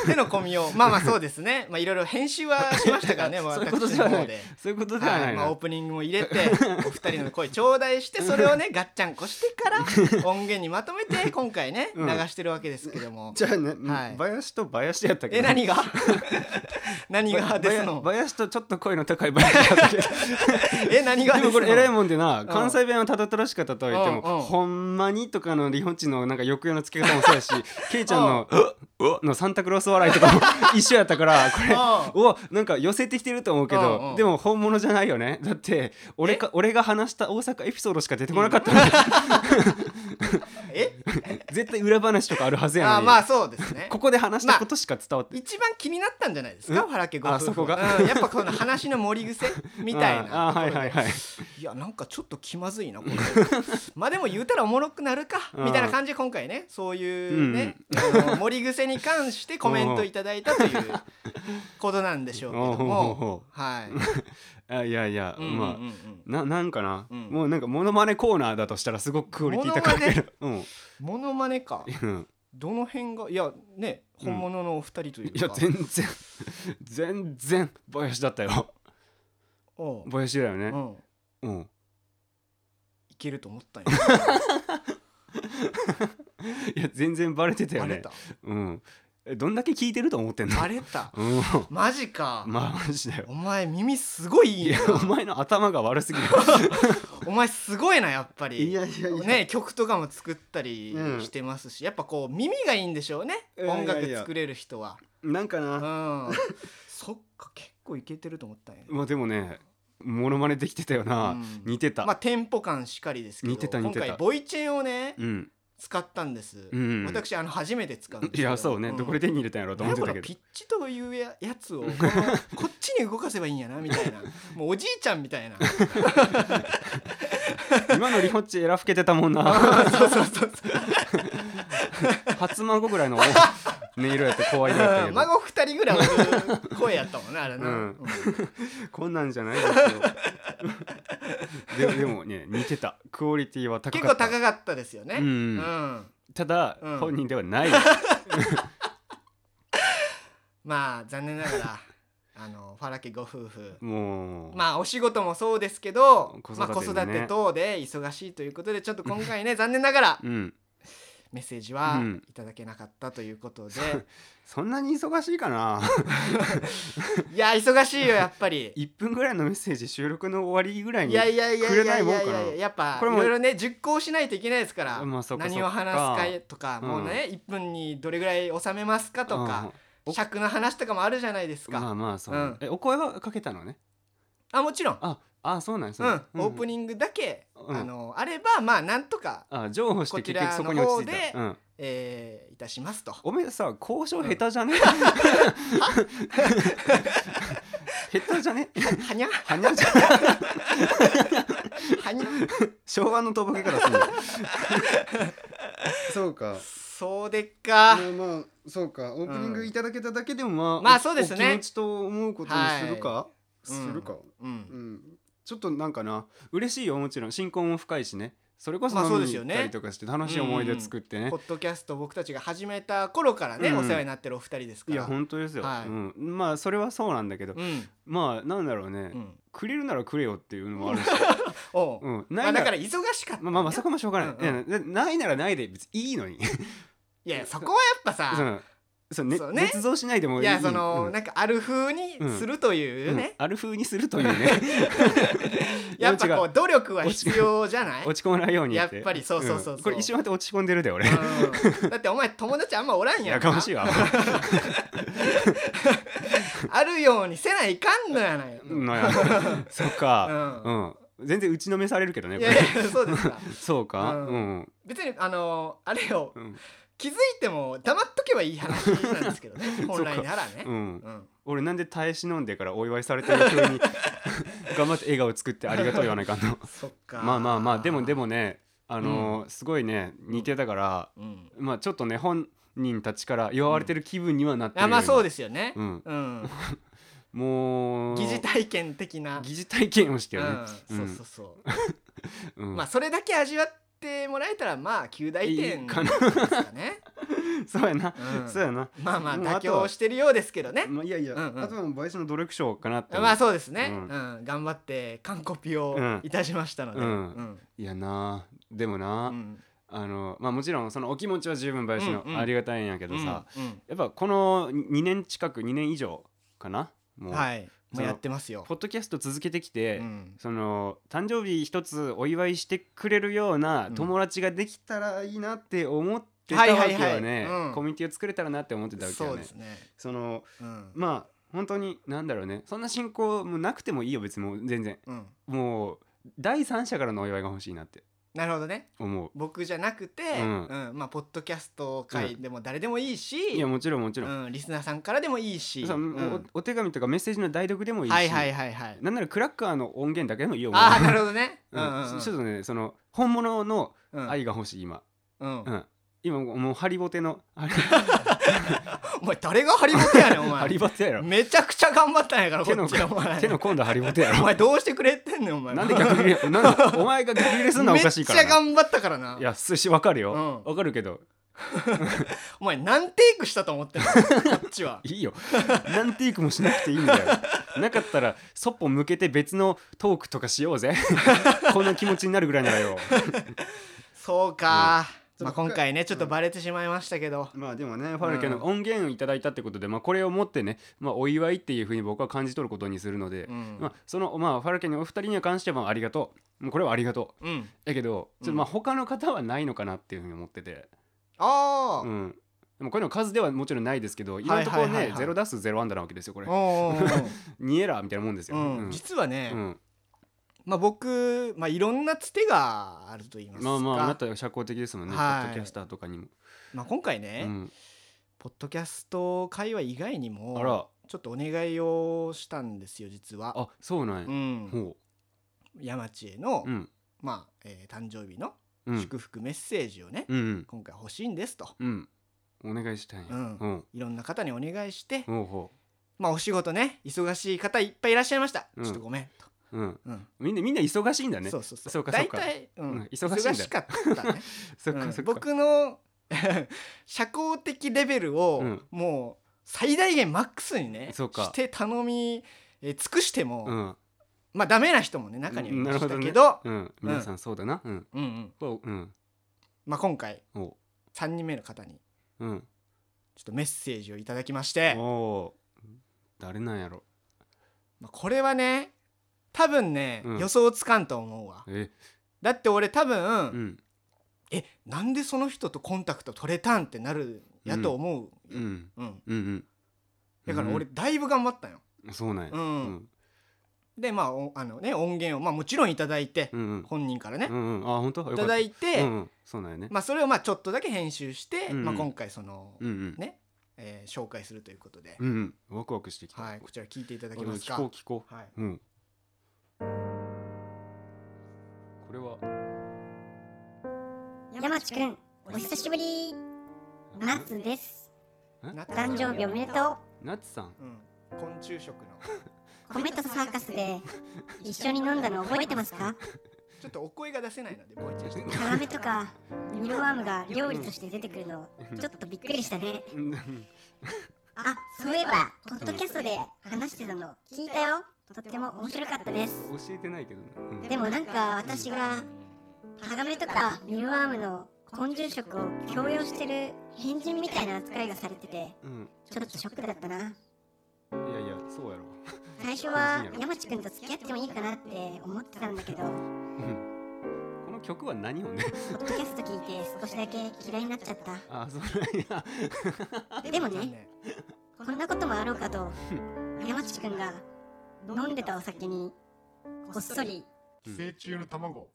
Speaker 1: 手の込み ようまあまあそうですねまあいろいろ編集はしましたからね
Speaker 3: そういうこと
Speaker 1: 私
Speaker 3: じゃ
Speaker 1: の
Speaker 3: ない
Speaker 1: 方で。
Speaker 3: そういうことでは
Speaker 1: は
Speaker 3: ない
Speaker 1: い
Speaker 3: な、
Speaker 1: まあ、オープニングも入れてお二人の声頂戴してそれを ねガッチャンコしてから音源にまとめて今回ね
Speaker 3: う
Speaker 1: 流
Speaker 3: ん
Speaker 1: してるわけですけども、
Speaker 3: じゃあね、
Speaker 1: はい
Speaker 3: 林と林やったけど
Speaker 1: え何が何が
Speaker 3: ば
Speaker 1: ですの
Speaker 3: ばや林とちょっと声の高い林やった けど
Speaker 1: え何がです
Speaker 3: でも
Speaker 1: の
Speaker 3: これ偉いもんでな、
Speaker 1: ん
Speaker 3: 関西弁はたどたどしかったとは言っても、
Speaker 1: うんうん
Speaker 3: ほんまにとかの日本人のなんか抑揚のつけ方 もそうやしケイちゃんの「うっうっのサンタクロース笑いとかも一緒やったからこれ。
Speaker 1: う
Speaker 3: うわなんか寄せてきてると思うけど、
Speaker 1: うんうん
Speaker 3: でも本物じゃないよねだって俺か俺が話した大阪エピソードしか出てこなかったのに
Speaker 1: んえ
Speaker 3: 絶対裏話とかあるはずやのに
Speaker 1: あまあそうですね
Speaker 3: ここで話したことしか伝わって、
Speaker 1: 一番気になったんじゃないですか
Speaker 3: ん
Speaker 1: 原家ご夫婦
Speaker 3: あそこが
Speaker 1: うんやっぱこの話の盛り 癖みたい
Speaker 3: あ
Speaker 1: な
Speaker 3: あはいはいはい
Speaker 1: いやなんかちょっと気まずいなこれ まあでも言うたらおもろくなるか
Speaker 3: うん
Speaker 1: みたいな感じで今回ねそういうね、あの盛り癖に関してコメントいただいたと いうことなんでしょうけど
Speaker 3: おうおうおうおう
Speaker 1: も はい
Speaker 3: あいやいや、
Speaker 1: うんうんうん
Speaker 3: まあななんかな、
Speaker 1: うん
Speaker 3: もうなんかモノマネコーナーだとしたらすごくクオリティ高いけど、うん
Speaker 1: モノマネか
Speaker 3: うん、
Speaker 1: どの辺がいやね本物のお二人という
Speaker 3: いや
Speaker 1: か、
Speaker 3: 全然全然林だったよ
Speaker 1: おう
Speaker 3: 林だよ
Speaker 1: う
Speaker 3: ね
Speaker 1: ん
Speaker 3: うん
Speaker 1: いけると思ったん
Speaker 3: いや全然バレてた
Speaker 1: やバ
Speaker 3: よ
Speaker 1: レ
Speaker 3: ね
Speaker 1: た
Speaker 3: うんえどんだけ聞いてると思ってんの
Speaker 1: バレた
Speaker 3: うん
Speaker 1: マジか、
Speaker 3: まあマジだよ
Speaker 1: お前耳すごいい
Speaker 3: い
Speaker 1: いな
Speaker 3: やお前の頭が悪すぎる
Speaker 1: お前す ごいなやっぱり
Speaker 3: いやいやいや
Speaker 1: ね、曲とかも作ったり
Speaker 3: うん
Speaker 1: してますし、やっぱこう耳がいいんでしょうね
Speaker 3: いやいやい
Speaker 1: 音
Speaker 3: や
Speaker 1: 楽作れる人は
Speaker 3: なんかな、
Speaker 1: うんそっか結構いけてると思ったんやね、
Speaker 3: まあでもねモノマネできてたよな、
Speaker 1: うん
Speaker 3: 似てた、
Speaker 1: まあテンポ感しかりですけど
Speaker 3: 似てた似てた
Speaker 1: 今回ボイチェンをね、
Speaker 3: うん
Speaker 1: 使ったんです、
Speaker 3: うん
Speaker 1: 私あの初めて使うんです
Speaker 3: い
Speaker 1: けど
Speaker 3: やそうね、
Speaker 1: ん
Speaker 3: どこで手に入れたんやろうと思って
Speaker 1: なん
Speaker 3: た
Speaker 1: か
Speaker 3: け
Speaker 1: ピ
Speaker 3: ど
Speaker 1: ッチというややつ をこのこっちに動かせばいいんやなみたいなもうおじいちゃんみたいな
Speaker 3: 今のリホッチエラふけてたもん な
Speaker 1: そうそうそう
Speaker 3: 初孫ぐらいの音色やって怖いなやった
Speaker 1: う
Speaker 3: け
Speaker 1: ん
Speaker 3: ど
Speaker 1: 孫二人ぐらいおる声やったもんなあれな、
Speaker 3: うん
Speaker 1: うん
Speaker 3: こんなんじゃないですよでもでもね似てたクオリティは高
Speaker 1: 結
Speaker 3: か
Speaker 1: 構
Speaker 3: った
Speaker 1: 高かったですよね
Speaker 3: うん
Speaker 1: うん
Speaker 3: ただ、
Speaker 1: うん
Speaker 3: 本人ではない
Speaker 1: まあ残念ながらあのファラ家ご夫婦
Speaker 3: もう、
Speaker 1: まあお仕事もそうですけど
Speaker 3: 子育てね
Speaker 1: まあ、子育て等で忙しいということでちょっと今回ね残念ながら
Speaker 3: うん
Speaker 1: メッセージは
Speaker 3: うん
Speaker 1: いただけなかったということで、
Speaker 3: そんなに忙しいかな
Speaker 1: いや忙しいよやっぱり
Speaker 3: 1分ぐらいのメッセージ収録の終わりぐらい
Speaker 1: い
Speaker 3: に
Speaker 1: やいやいやいやいやい
Speaker 3: くれないもん
Speaker 1: や
Speaker 3: かない
Speaker 1: ややっぱい
Speaker 3: これも
Speaker 1: ろいろね熟考しないといけないですから、
Speaker 3: まあそっかそっか
Speaker 1: 何を話すかとか、
Speaker 3: うん
Speaker 1: もうね1分にどれぐらい収めますかとか、
Speaker 3: うん
Speaker 1: 尺の話とかもあるじゃないです
Speaker 3: うんま
Speaker 1: か、
Speaker 3: あまあそう、
Speaker 1: うん
Speaker 3: えお声はかけたのね
Speaker 1: あもちろん
Speaker 3: ああそうなんです
Speaker 1: うん、オープ
Speaker 3: ング
Speaker 1: ニングだけ、
Speaker 3: うん
Speaker 1: あのあればまあなんとか、
Speaker 3: あ譲歩して
Speaker 1: こち
Speaker 3: 結
Speaker 1: らの
Speaker 3: 局そこに落ち着い
Speaker 1: 方で
Speaker 3: た、うん、
Speaker 1: えーいたしますと。
Speaker 3: おめえさ交渉下手じゃね、下手じゃね
Speaker 1: はにゃ
Speaker 3: はにゃじゃ
Speaker 1: はにゃ
Speaker 3: 昭和のとぼけからする そうか
Speaker 1: そうでっか。
Speaker 3: まあまあそうかオープニン
Speaker 1: う
Speaker 3: グ
Speaker 1: ん
Speaker 3: いただけただけでもまあ、
Speaker 1: まあそうですね
Speaker 3: お気持ちと思うことにするか、
Speaker 1: い
Speaker 3: するか、
Speaker 1: う
Speaker 3: うん
Speaker 1: ん。
Speaker 3: ちょっとなんかな嬉しいよもちろん新婚も深いしねそれこそ
Speaker 1: まあ
Speaker 3: 飲
Speaker 1: そう
Speaker 3: み
Speaker 1: です
Speaker 3: に行
Speaker 1: よね
Speaker 3: ったりとかして楽しい思い出作ってね、
Speaker 1: ポッドキャスト僕たちが始めた頃からね、
Speaker 3: うん
Speaker 1: お世話になってるお二人ですか
Speaker 3: い
Speaker 1: ら。
Speaker 3: や本当ですよ、
Speaker 1: はい
Speaker 3: うん、まあそれはそうなんだけど、
Speaker 1: うん。
Speaker 3: まあなんだろうね、
Speaker 1: うん。
Speaker 3: くれるならくれよっていうのもあるし、
Speaker 1: おう。
Speaker 3: うん、
Speaker 1: ま
Speaker 3: な
Speaker 1: あ
Speaker 3: いな
Speaker 1: だ
Speaker 3: ら
Speaker 1: から忙しかったんだよ。
Speaker 3: まあまあまあそこもしょうがな
Speaker 1: うん
Speaker 3: い、いやないならないで別にいいのに
Speaker 1: いやそこはやっぱ
Speaker 3: そ
Speaker 1: さ、
Speaker 3: のそうね
Speaker 1: そうね
Speaker 3: 捏造しないでもいい
Speaker 1: いやそ
Speaker 3: うん
Speaker 1: のなんかある風にするという
Speaker 3: うん
Speaker 1: ね、
Speaker 3: ある風にするというね
Speaker 1: やっぱこ
Speaker 3: 違
Speaker 1: う努力は必要じゃない。
Speaker 3: 落ち込まないようにて
Speaker 1: やっぱりそうそうそうそうん
Speaker 3: これ一緒まで落ち込んでるで俺、
Speaker 1: うんだってお前友達あんまおらん
Speaker 3: い
Speaker 1: や
Speaker 3: や
Speaker 1: んか
Speaker 3: かましいわ
Speaker 1: あるようにせないかんのやないの、
Speaker 3: うんなんや そっかうん、全然打ちのめされるけどね
Speaker 1: い
Speaker 3: こ
Speaker 1: やいや
Speaker 3: れ
Speaker 1: そうですか
Speaker 3: そうかう
Speaker 1: うんん、別にあのあれを
Speaker 3: うん
Speaker 1: 気づいても黙っとけばいい話なんですけどね本来ならね
Speaker 3: う、ん
Speaker 1: うん
Speaker 3: 俺なんで耐え忍んでからお祝いされてる 風に頑張って笑顔作ってありがとう言わないかんの
Speaker 1: そっか
Speaker 3: まあまあまあでもでもねあのーすごいね似てたから、
Speaker 1: うん
Speaker 3: まあちょっとね本人たちから祝われてる気分にはなってる
Speaker 1: あまあそう
Speaker 3: で
Speaker 1: ですよね
Speaker 3: う、ん、
Speaker 1: うん、
Speaker 3: もう
Speaker 1: 疑似体験的な
Speaker 3: 疑似体験をしてるね、
Speaker 1: うん
Speaker 3: うん
Speaker 1: そうそうそう、
Speaker 3: うん
Speaker 1: まあそれだけ味わってもらえたらまあ旧大
Speaker 3: いい
Speaker 1: 点
Speaker 3: か
Speaker 1: ですかね、
Speaker 3: そうやな、
Speaker 1: うん
Speaker 3: そうやな、
Speaker 1: まあまあ
Speaker 3: もうあ
Speaker 1: 妥
Speaker 3: とは
Speaker 1: 協してるようですけどね
Speaker 3: まあ、いやいや、
Speaker 1: うんうん
Speaker 3: あとはもう林の努力賞かなって思う
Speaker 1: まあそうですね、
Speaker 3: う
Speaker 1: うんん頑張って完コピを
Speaker 3: うん
Speaker 1: いたしましたので、
Speaker 3: う
Speaker 1: うんん
Speaker 3: いやなでもな、
Speaker 1: うん
Speaker 3: あのまあもちろんそのお気持ちは十分林の
Speaker 1: うんうん
Speaker 3: ありがたいんやけどさ、
Speaker 1: うん
Speaker 3: やっぱこの2年近く2年以上かなもう、
Speaker 1: はい
Speaker 3: そ
Speaker 1: もう
Speaker 3: の
Speaker 1: やってますよ、
Speaker 3: ポッドキャスト続けてきて、
Speaker 1: うん、
Speaker 3: その誕生日一つお祝いしてくれるような
Speaker 1: うん
Speaker 3: 友達ができたらいいなって思ってた
Speaker 1: は
Speaker 3: わ
Speaker 1: い
Speaker 3: け
Speaker 1: はい
Speaker 3: よ
Speaker 1: は
Speaker 3: ね、
Speaker 1: いうん
Speaker 3: コミュニティを作れたらなって思ってたわけよ
Speaker 1: そ
Speaker 3: ね。
Speaker 1: うですね、
Speaker 3: その
Speaker 1: うん
Speaker 3: まあ本当に何だろうねそんな信仰もなくてもいいよ別にもう全然
Speaker 1: うん、
Speaker 3: もう第三者からのお祝いが欲しいなって
Speaker 1: なるほどね
Speaker 3: 思
Speaker 1: 僕じゃなくて、う
Speaker 3: うん
Speaker 1: んまあ、ポッドキャスト界でも誰でもいいし、
Speaker 3: ういやもちろんもちろん、
Speaker 1: うん、リスナーさんからでもいいし、
Speaker 3: そう
Speaker 1: うん
Speaker 3: おお手紙とかメッセージの代読でもいいし、
Speaker 1: はいはいはいはい
Speaker 3: なんならクラッカーの音源だけでもいいよ
Speaker 1: ああな
Speaker 3: る
Speaker 1: るほどねうんうんうん
Speaker 3: ちょっとねその本物の
Speaker 1: うん
Speaker 3: 愛が欲しい今、
Speaker 1: うん
Speaker 3: うん今もうもうハリボテ のハリ
Speaker 1: お前誰がハリボテやねんお
Speaker 3: ハリ
Speaker 1: 前
Speaker 3: ボテやろ
Speaker 1: めちゃくちゃ頑張ったんやからこ
Speaker 3: 手の
Speaker 1: っちお前
Speaker 3: 手の込んだハリボテや
Speaker 1: お
Speaker 3: ろ
Speaker 1: 前どうしてくれてんねんお前
Speaker 3: なんで逆切れなんでお前が逆切れすんのはおかしいから
Speaker 1: めっ
Speaker 3: な
Speaker 1: ちゃ頑張ったからない
Speaker 3: や寿司わかるよわ
Speaker 1: うん、
Speaker 3: かるけど
Speaker 1: お前何テイクしたと思 ってんのこっちはい
Speaker 3: いよ何テイクもしなくていい んだよなかったらそっぽ向けて別のトークとかし ようぜこの気持ちになるぐらいならよ
Speaker 1: そうか、
Speaker 3: うん
Speaker 1: まあ、今回ねちょっとバレてしまいましたけど、
Speaker 3: まあでもねファルケの音源をいただいたってことで、まあ、これをもってね、まあ、お祝いっていうふうに僕は感じ取ることにするので、
Speaker 1: うん
Speaker 3: まあ、その、まあ、ファルケのお二人には関してはありがとうもうこれはありがとう
Speaker 1: うん、
Speaker 3: だけどちょっと
Speaker 1: うん
Speaker 3: まあ他の方はないのかなっていうふうに思ってて、
Speaker 1: あ
Speaker 3: う
Speaker 1: あ、
Speaker 3: ん、でもこれの数ではもちろんないですけど今のところ
Speaker 1: はいはいはい
Speaker 3: ね
Speaker 1: はい
Speaker 3: ゼロ打数ゼロアンダーなわけですよこれ
Speaker 1: おおー
Speaker 3: 2エラーみたいなもんですよ、
Speaker 1: うん
Speaker 3: うん
Speaker 1: 実はね、
Speaker 3: うん
Speaker 1: まあ、僕、まあ、いろんなつてがあると言いますか、
Speaker 3: まあまああなた社交的ですもんね、
Speaker 1: はい
Speaker 3: ポッドキャスターとかにも、
Speaker 1: まあ今回
Speaker 3: う
Speaker 1: ね、
Speaker 3: ん、
Speaker 1: ポッドキャスト界隈以外に
Speaker 3: あ
Speaker 1: も
Speaker 3: ら
Speaker 1: ちょっとお願いをしたんですよ実は。
Speaker 3: あそうなんや
Speaker 1: う、ん、
Speaker 3: ほ
Speaker 1: 山地への、
Speaker 3: ううん
Speaker 1: まあえー誕生日の
Speaker 3: うん
Speaker 1: 祝福メッセージをね、
Speaker 3: うん
Speaker 1: 今回欲しいんですと、
Speaker 3: うんお願いしたいんや
Speaker 1: うん
Speaker 3: うん
Speaker 1: いろんな方にお願いして、
Speaker 3: ほうほ
Speaker 1: まあお仕事ね忙しい方いっぱいいらっしゃいました、
Speaker 3: うん
Speaker 1: ちょっとごめんと、
Speaker 3: う、うん、
Speaker 1: うん
Speaker 3: みんなみんな忙しいんだね
Speaker 1: そうそうそう
Speaker 3: そうかそう
Speaker 1: 大
Speaker 3: か
Speaker 1: 体、うん
Speaker 3: うん忙しいんだ
Speaker 1: かったね、
Speaker 3: そっ
Speaker 1: う
Speaker 3: か
Speaker 1: ん
Speaker 3: そっか、
Speaker 1: 僕の 社交的レベルを、
Speaker 3: うん
Speaker 1: もう最大限マックスにね
Speaker 3: そうか
Speaker 1: して頼みえー尽くしても、
Speaker 3: うん
Speaker 1: まあダメな人もね中にはいましたけど
Speaker 3: なるうん、皆さんそうだなうん
Speaker 1: うんうん
Speaker 3: ほううん
Speaker 1: まあ、今回
Speaker 3: お
Speaker 1: 3人目の方に
Speaker 3: うん
Speaker 1: ちょっとメッセージをいただきまして
Speaker 3: お、お誰なんやろ
Speaker 1: まあ、これはね多分ね、
Speaker 3: うん
Speaker 1: 予想つかんと思うわ
Speaker 3: え
Speaker 1: だって俺多分、
Speaker 3: うん
Speaker 1: えなんでその人とコンタクト取れたんってなるやと思う、
Speaker 3: うんうん
Speaker 1: うん
Speaker 3: うん
Speaker 1: だから俺だいぶ頑張ったよ、
Speaker 3: うんそうなんや
Speaker 1: うん
Speaker 3: うん
Speaker 1: でまあおあのね音源を、まあ、もちろんいただいて、
Speaker 3: うんうん
Speaker 1: 本人からね
Speaker 3: う、んうんあ本当
Speaker 1: いただいて、
Speaker 3: うんうんそうなんやね
Speaker 1: まあ、それをまあちょっとだけ編集して、
Speaker 3: うんうん
Speaker 1: まあ、今回その、
Speaker 3: うんうん
Speaker 1: ね、えー紹介するということで、
Speaker 3: うんうんワクワクしてきた
Speaker 1: はい、こちら聞いていただけます
Speaker 3: あ
Speaker 1: か
Speaker 3: でも聞こう聞こ
Speaker 1: はいう
Speaker 3: うんこれは
Speaker 5: 山地くん、お久しぶり。夏です。
Speaker 1: なった
Speaker 5: 誕生日おめでと
Speaker 3: なつさん
Speaker 1: うん、昆虫食の
Speaker 5: う。米とサーカスで一緒に飲んだの覚えてますか
Speaker 1: ちょっとお声が出せないのでボイチ ャして
Speaker 5: カラメとかミルワームが料理として出てくるの、ちょっとびっくりしたね。
Speaker 3: うん
Speaker 5: あ、そういえば、ポッドキャストで話してたの聞いたよ。とっても面白かったです。
Speaker 3: 教えてないけどねうん
Speaker 5: でもなんか私がカラメとかミルワームの昆虫食を強要してる変人みたいな扱いがされてて、
Speaker 3: うん
Speaker 5: ちょっとショックだったな。
Speaker 3: いやいやそうやろ
Speaker 5: 最初は山地君と付き合ってもいいかなって思ってたんだけど、ポ
Speaker 3: うんこの曲は 何をね
Speaker 5: ッドキャスト聞いて少しだけ嫌いになっちゃっ
Speaker 3: あそうなんや
Speaker 5: た。でも
Speaker 1: 残
Speaker 5: ね、
Speaker 1: 念
Speaker 5: こんなこともあろうかと、山地君が飲んでたお酒にこっそり
Speaker 3: うん
Speaker 6: 寄生虫の卵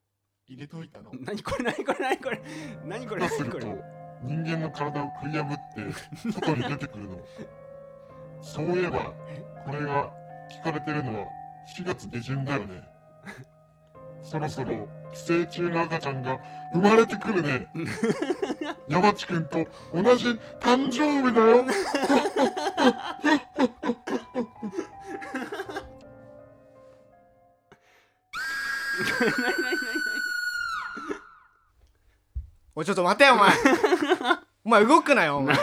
Speaker 6: 入れといたの
Speaker 3: 何これ何これ何これ何これ
Speaker 6: だとす
Speaker 3: 何
Speaker 6: る
Speaker 3: ことれ
Speaker 6: 人間の体を食い破って外に出てくるのそういえばこれが聞かれてるのは4月下旬だよねそろそろ寄生虫の赤ちゃんが生まれてくるね山地君と同じ誕生日だよ
Speaker 1: おいちょっと待てよお 前お前動くなよお前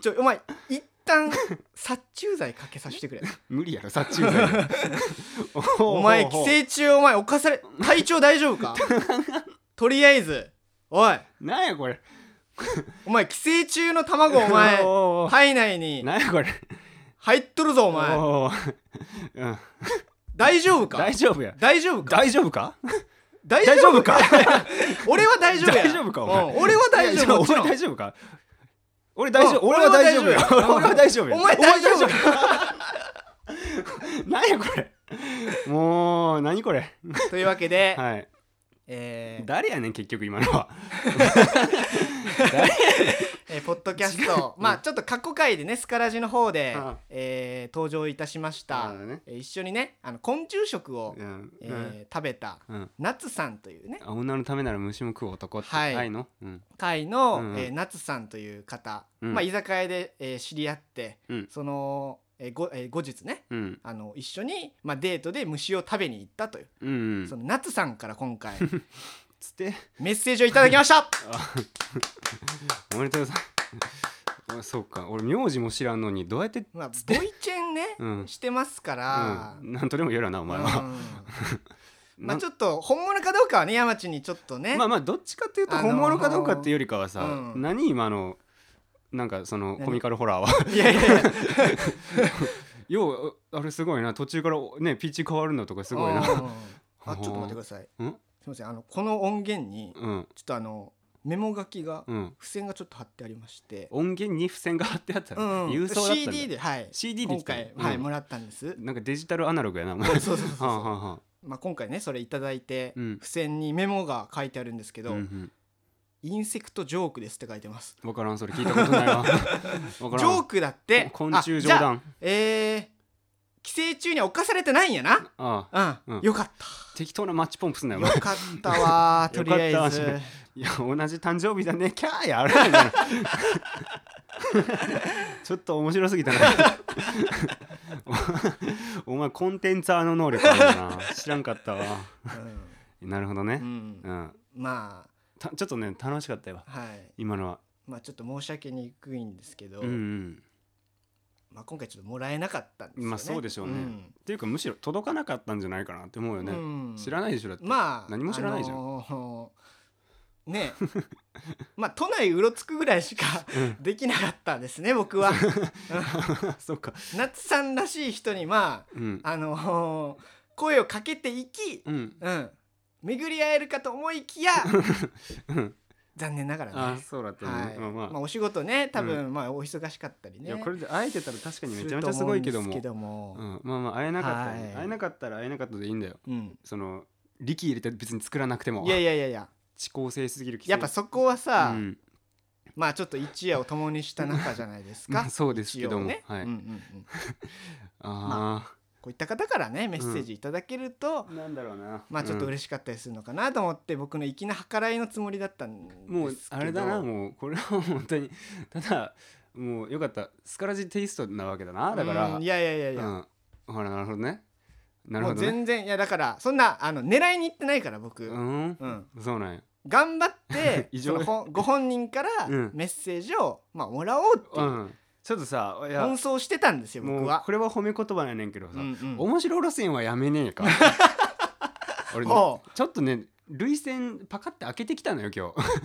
Speaker 1: ちょお前一旦殺虫剤かけさせ てくれ
Speaker 3: 無理やろ 殺虫剤
Speaker 1: お前寄生虫お前犯され体調大丈夫 かとりあえずおい
Speaker 3: なんやこれ
Speaker 1: お前寄生虫の卵お前
Speaker 3: おうおうおう
Speaker 1: 体内に
Speaker 3: なんやこれ
Speaker 1: 入っとるぞお
Speaker 3: お
Speaker 1: 前
Speaker 3: うおううん
Speaker 1: 大丈夫か
Speaker 3: 大丈夫や
Speaker 1: 大丈夫か
Speaker 3: 大丈夫か
Speaker 1: 大
Speaker 3: 大丈夫か
Speaker 1: 俺は大丈夫や
Speaker 3: 大丈夫かお前
Speaker 1: うん俺は大
Speaker 3: いや
Speaker 1: 丈夫もち
Speaker 3: 俺
Speaker 1: ろん
Speaker 3: 大丈夫か俺大丈夫
Speaker 1: うん
Speaker 3: 俺は大丈夫よ
Speaker 1: 俺
Speaker 3: 俺
Speaker 1: は
Speaker 3: は大丈夫よ
Speaker 1: お前大丈夫か
Speaker 3: なんやこれもう何これ
Speaker 1: というわけで、
Speaker 3: はい
Speaker 1: えー
Speaker 3: 誰やねん結局今のは
Speaker 1: えーポッドキャストまあちょっと過去回でねスカラジの方で
Speaker 3: うん、
Speaker 1: えー登場いたしました、
Speaker 3: あのね
Speaker 1: えー一緒にねあの昆虫食を、
Speaker 3: うん
Speaker 1: えー食べた
Speaker 3: うん
Speaker 1: 夏さんというね
Speaker 3: あ女のためなら虫も食う男って
Speaker 1: はい
Speaker 3: 愛のうん
Speaker 1: 会の、
Speaker 3: うんうん
Speaker 1: えー夏さんという方、
Speaker 3: うん
Speaker 1: まあ、居酒屋で、えー知り合って、
Speaker 3: うん
Speaker 1: その、えーごえー後日ね
Speaker 3: うん
Speaker 1: あの一緒に、まあ、デートで虫を食べに行ったという、
Speaker 3: うんうん
Speaker 1: その夏さんから今回
Speaker 3: つって
Speaker 1: メッセージをいただきま した
Speaker 3: おめでとうござい ますあそうか俺名字も知らんのにどうやって
Speaker 1: まあボイチェンね、
Speaker 3: うん
Speaker 1: してますから、
Speaker 3: うんなんとでも言えるなお前
Speaker 1: う
Speaker 3: は
Speaker 1: んまあち
Speaker 3: ょ
Speaker 1: ょっと本物かどうかはね山地にちょっとね、
Speaker 3: まあまあどっちかっていうと
Speaker 1: あのー
Speaker 3: 本物かどうかっていうよりかはさ
Speaker 1: うん
Speaker 3: 何今のなんかその
Speaker 1: 何
Speaker 3: コミカルホラーはい
Speaker 1: やいやいや
Speaker 3: ようあれすごいな途中からねピッチ変わるんだとかすごいな
Speaker 1: うんあちょっと待ってください
Speaker 3: うん
Speaker 1: すみませんあのこの音源に
Speaker 3: うん
Speaker 1: ちょっとあのメモ書きが
Speaker 3: うん
Speaker 1: 付箋がちょっと貼ってありまして、
Speaker 3: 音源に付箋が貼ってあった
Speaker 1: うん、
Speaker 3: 郵送だったんだ
Speaker 1: CD ではい
Speaker 3: CD で
Speaker 1: 今
Speaker 3: 来たの
Speaker 1: 回、はい
Speaker 3: うん
Speaker 1: もらったんです
Speaker 3: なんかデジタルアナログやなお前
Speaker 1: そうそうそうそう
Speaker 3: はあはあはあ
Speaker 1: まあ今回ねそれいただいて、
Speaker 3: うん
Speaker 1: 付箋にメモが書いてあるんですけど、
Speaker 3: うんうん
Speaker 1: インセクトジョークですって書いてます
Speaker 3: わからんそれ聞いたこと ないわわからん
Speaker 1: ジョークだって
Speaker 3: 昆虫
Speaker 1: あ
Speaker 3: 冗
Speaker 1: じゃあ
Speaker 3: 談
Speaker 1: えー、寄生虫には侵されてないんやな
Speaker 3: ああ
Speaker 1: うん、
Speaker 3: うん
Speaker 1: よかっ
Speaker 3: 適当なマッチポンプすんな
Speaker 1: た
Speaker 3: よ
Speaker 1: よかったわーと
Speaker 3: よ
Speaker 1: り
Speaker 3: かった
Speaker 1: あえず
Speaker 3: いや同じ誕生日だねキャーやあれ やなちょっと面白すぎたな お前コンテンツァーの能力あるな知らんかったわなるほど
Speaker 1: う
Speaker 3: ね、
Speaker 1: ん、
Speaker 3: うん
Speaker 1: ま
Speaker 3: たちょっとね楽しかったよ
Speaker 1: あはい
Speaker 3: 今のは
Speaker 1: まあちょっと申し訳にくいんですけど、
Speaker 3: うんうん
Speaker 1: まあ、今回ちょっともらえなかったんですよね
Speaker 3: まあそうでしょうね
Speaker 1: ん
Speaker 3: っていうかむしろ届かなかったんじゃないかなって思うよね、
Speaker 1: うん
Speaker 3: 知らないでしょだって、
Speaker 1: まあ
Speaker 3: 何も知らないじゃん
Speaker 1: あのーねえまあ都内うろつくぐらいしかできなかったですね僕は
Speaker 3: そうか、
Speaker 1: 夏さんらしい人にま
Speaker 3: うん、
Speaker 1: ああのー声をかけていき、
Speaker 3: うん
Speaker 1: うん、巡り合えるかと思いきや
Speaker 3: うん
Speaker 1: 残念ながらね
Speaker 3: あそうだったね、
Speaker 1: はい
Speaker 3: まあまあ、
Speaker 1: まあ、お仕事ね多分、まあお忙しかったり
Speaker 3: い
Speaker 1: ね
Speaker 3: やこれで会えてたら確かにめちゃめちゃすごいけども
Speaker 1: すると思うん
Speaker 3: う
Speaker 1: です
Speaker 3: ん、まあまあ会えなかったらね、
Speaker 1: はい
Speaker 3: 会えなかったら会えなかったでいいんだよ
Speaker 1: けども、
Speaker 3: その力入れて別に作らなくて
Speaker 1: う
Speaker 3: も
Speaker 1: ん、いやいやいやいや
Speaker 3: 遅効性すぎる規制
Speaker 1: やっぱそこはさ、
Speaker 3: うん
Speaker 1: まあちょっと一夜を共にした中じゃないです
Speaker 3: ま
Speaker 1: か
Speaker 3: あ、 そうです
Speaker 1: 一
Speaker 3: けど
Speaker 1: 応
Speaker 3: も、
Speaker 1: ね、
Speaker 3: はい、
Speaker 1: うんうんうん
Speaker 3: あ
Speaker 1: こういった方からねメッセージいただけると、
Speaker 3: あなんだろうな
Speaker 1: まあちょっと
Speaker 3: うん
Speaker 1: 嬉しかったりするのかなと思って僕の粋な計らいのつもりだったんですけど
Speaker 3: もうあれだなもうこれは本当にただもうよかったスカラジテイストなわけだなだから
Speaker 1: うんいやいやいやいや、
Speaker 3: うん、ほらなるほどねなる
Speaker 1: もう
Speaker 3: ほどね
Speaker 1: 全然いやだからそんなあの狙いに行ってないから僕、う
Speaker 3: うんんそうなんや
Speaker 1: 頑張って
Speaker 3: 異
Speaker 1: そ
Speaker 3: 常
Speaker 1: のほんご本人から
Speaker 3: うん
Speaker 1: メッセージを、まあ、もらおうって
Speaker 3: う
Speaker 1: いうん
Speaker 3: ちょっとさいや
Speaker 1: 奔走してたんですよ僕
Speaker 3: もう
Speaker 1: は。
Speaker 3: これは褒め言葉やねんけどさ、
Speaker 1: うんうん
Speaker 3: 面白路線はやめねえか俺ね
Speaker 1: ほ
Speaker 3: ちょっとね涙腺パカって開けてきたのよ今日 っ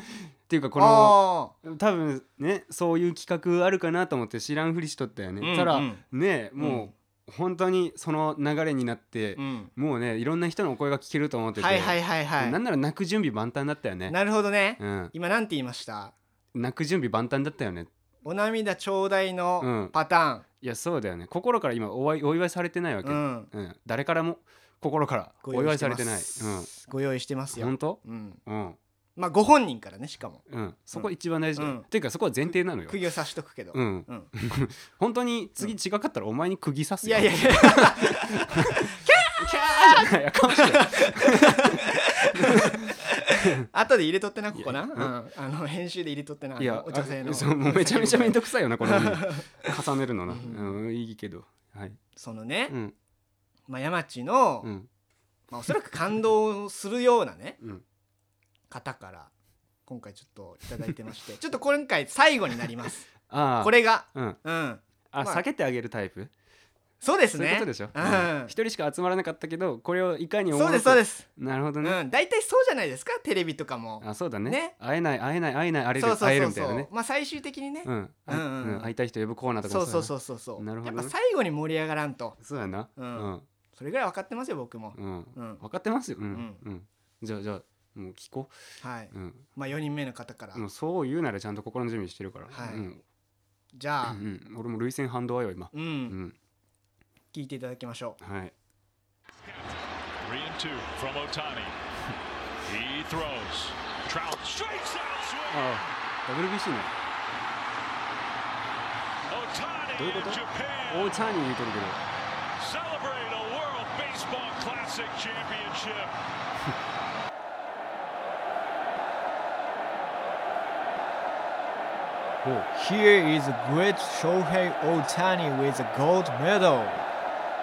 Speaker 3: ていうかこの
Speaker 1: あ
Speaker 3: 多分ねそういう企画あるかなと思って知らんふりしとったよね、
Speaker 1: ー
Speaker 3: たら
Speaker 1: うん
Speaker 3: ねえもう本当にその流れになって
Speaker 1: う、ん
Speaker 3: もうねいろんな人のお声が聞けると思っ
Speaker 1: う
Speaker 3: て
Speaker 1: ん
Speaker 3: て、
Speaker 1: はいはいはいはい。
Speaker 3: なんなら泣く準備万端だったよね
Speaker 1: なるほどね。
Speaker 3: うん、
Speaker 1: 今なんて言いました
Speaker 3: 泣く準備万端だったよね
Speaker 1: お涙ちょうだいうの
Speaker 3: ん
Speaker 1: パタ
Speaker 3: いやそうだよね心から今お祝いお祝いされてない
Speaker 1: ー
Speaker 3: わけ、
Speaker 1: ン、うん
Speaker 3: うん誰からも心からお祝いされてない、
Speaker 1: ご用意してますよ
Speaker 3: うん、本当
Speaker 1: うん
Speaker 3: うん
Speaker 1: まあご本人からねしかも
Speaker 3: うん、そこ一番大事だよ、
Speaker 1: うん
Speaker 3: っていうかそこは前提なのよ、
Speaker 1: 釘を刺しとくけど、
Speaker 3: うん、
Speaker 1: うん
Speaker 3: 本当に次違かったらお前に釘刺す
Speaker 1: い
Speaker 3: よ
Speaker 1: やいやいや
Speaker 3: キャーじゃないやかもしれない
Speaker 1: 後で入れとってなここな、
Speaker 3: いや
Speaker 1: うんあの編集で入れとってなあ
Speaker 3: いや
Speaker 1: の女性の
Speaker 3: あそうもうめちゃめちゃめんどくさいよなこの 重ねるのな、うん、いいけどはい
Speaker 1: そのね、
Speaker 3: うん
Speaker 1: まあ、山地の、
Speaker 3: うん
Speaker 1: まあ、おそらく感動するようなね
Speaker 3: うん
Speaker 1: 方から今回ちょっといただいてまして ちょっと今回最後になります
Speaker 3: ああ
Speaker 1: これが
Speaker 3: うん
Speaker 1: うん
Speaker 3: あ、
Speaker 1: まあ
Speaker 3: 避けてあげるタイプ
Speaker 1: そうです
Speaker 3: そうい
Speaker 1: ね
Speaker 3: うことでしょ
Speaker 1: う
Speaker 3: うん
Speaker 1: ん
Speaker 3: 一人しか集まらなかったけどこれをいかに
Speaker 1: そうですそうですす、
Speaker 3: なるほど
Speaker 1: う
Speaker 3: ね、
Speaker 1: ん、大体そうじゃないですかテレビとかも
Speaker 3: あそうだね
Speaker 1: ね
Speaker 3: 会えない会えない会えない会える
Speaker 1: そうそう
Speaker 3: 会え
Speaker 1: そ
Speaker 3: る
Speaker 1: う
Speaker 3: みた
Speaker 1: そ
Speaker 3: いな
Speaker 1: う
Speaker 3: ね
Speaker 1: まあ最終的にね、
Speaker 3: うんあ
Speaker 1: うんうんうん
Speaker 3: うん会いたい人呼ぶコーナーとか
Speaker 1: そうそうそううそうそう
Speaker 3: なるほどね
Speaker 1: やっぱ最後に盛り上がらんと
Speaker 3: そうやなう
Speaker 1: うんんそれぐらい分かってますよ僕も、
Speaker 3: うん
Speaker 1: うん
Speaker 3: 分かってますようん
Speaker 1: ん
Speaker 3: うんじゃあじゃあもう聞こ
Speaker 1: はいう
Speaker 3: うん
Speaker 1: まあ4人目の方から、
Speaker 3: もうそう言うならちゃんと心の準備してるから
Speaker 1: はい
Speaker 3: うん
Speaker 1: じゃあ、
Speaker 3: うん俺も涙腺反動はよ今
Speaker 1: うん
Speaker 3: うん
Speaker 1: 聞いていただきましょう
Speaker 3: はい
Speaker 7: Three and two from Otani. He throws. Trout strikes out. swing.
Speaker 3: ああ WBC の
Speaker 7: Otani
Speaker 3: どういうこと
Speaker 7: in Japan
Speaker 3: オーチャーに言うとるけど
Speaker 7: celebrate a World Baseball Classic championship.
Speaker 3: おう
Speaker 2: Here is a great Shohei Otani with a gold medal.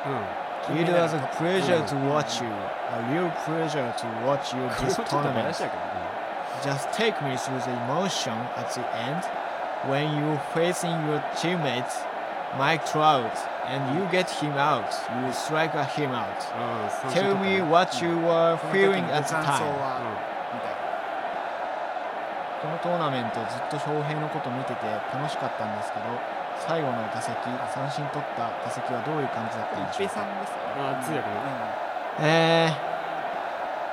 Speaker 3: うん
Speaker 2: It was a pleasure to watch you. A real pleasure to watch you
Speaker 3: これ
Speaker 2: this
Speaker 3: ちょっと
Speaker 2: tournament.
Speaker 3: 話やけどね
Speaker 2: Just take me through the emotion at the end when you facing your teammate Mike Trout and you get him out. You strike him out.
Speaker 3: ああ三振
Speaker 2: Tell
Speaker 3: 取ったね
Speaker 2: me what you were
Speaker 1: この時
Speaker 2: feeling
Speaker 1: のご
Speaker 2: at the
Speaker 1: 感想
Speaker 2: time.
Speaker 1: は
Speaker 3: う
Speaker 1: みたいな
Speaker 2: このトーナメントずっと翔平のこと見てて楽しかったんですけど最後の打席三振取った打席はどういう感じだったんで
Speaker 1: 一
Speaker 2: しょ
Speaker 1: 平
Speaker 2: うか
Speaker 1: さんですよね
Speaker 3: あ通訳の
Speaker 1: Mm.
Speaker 2: え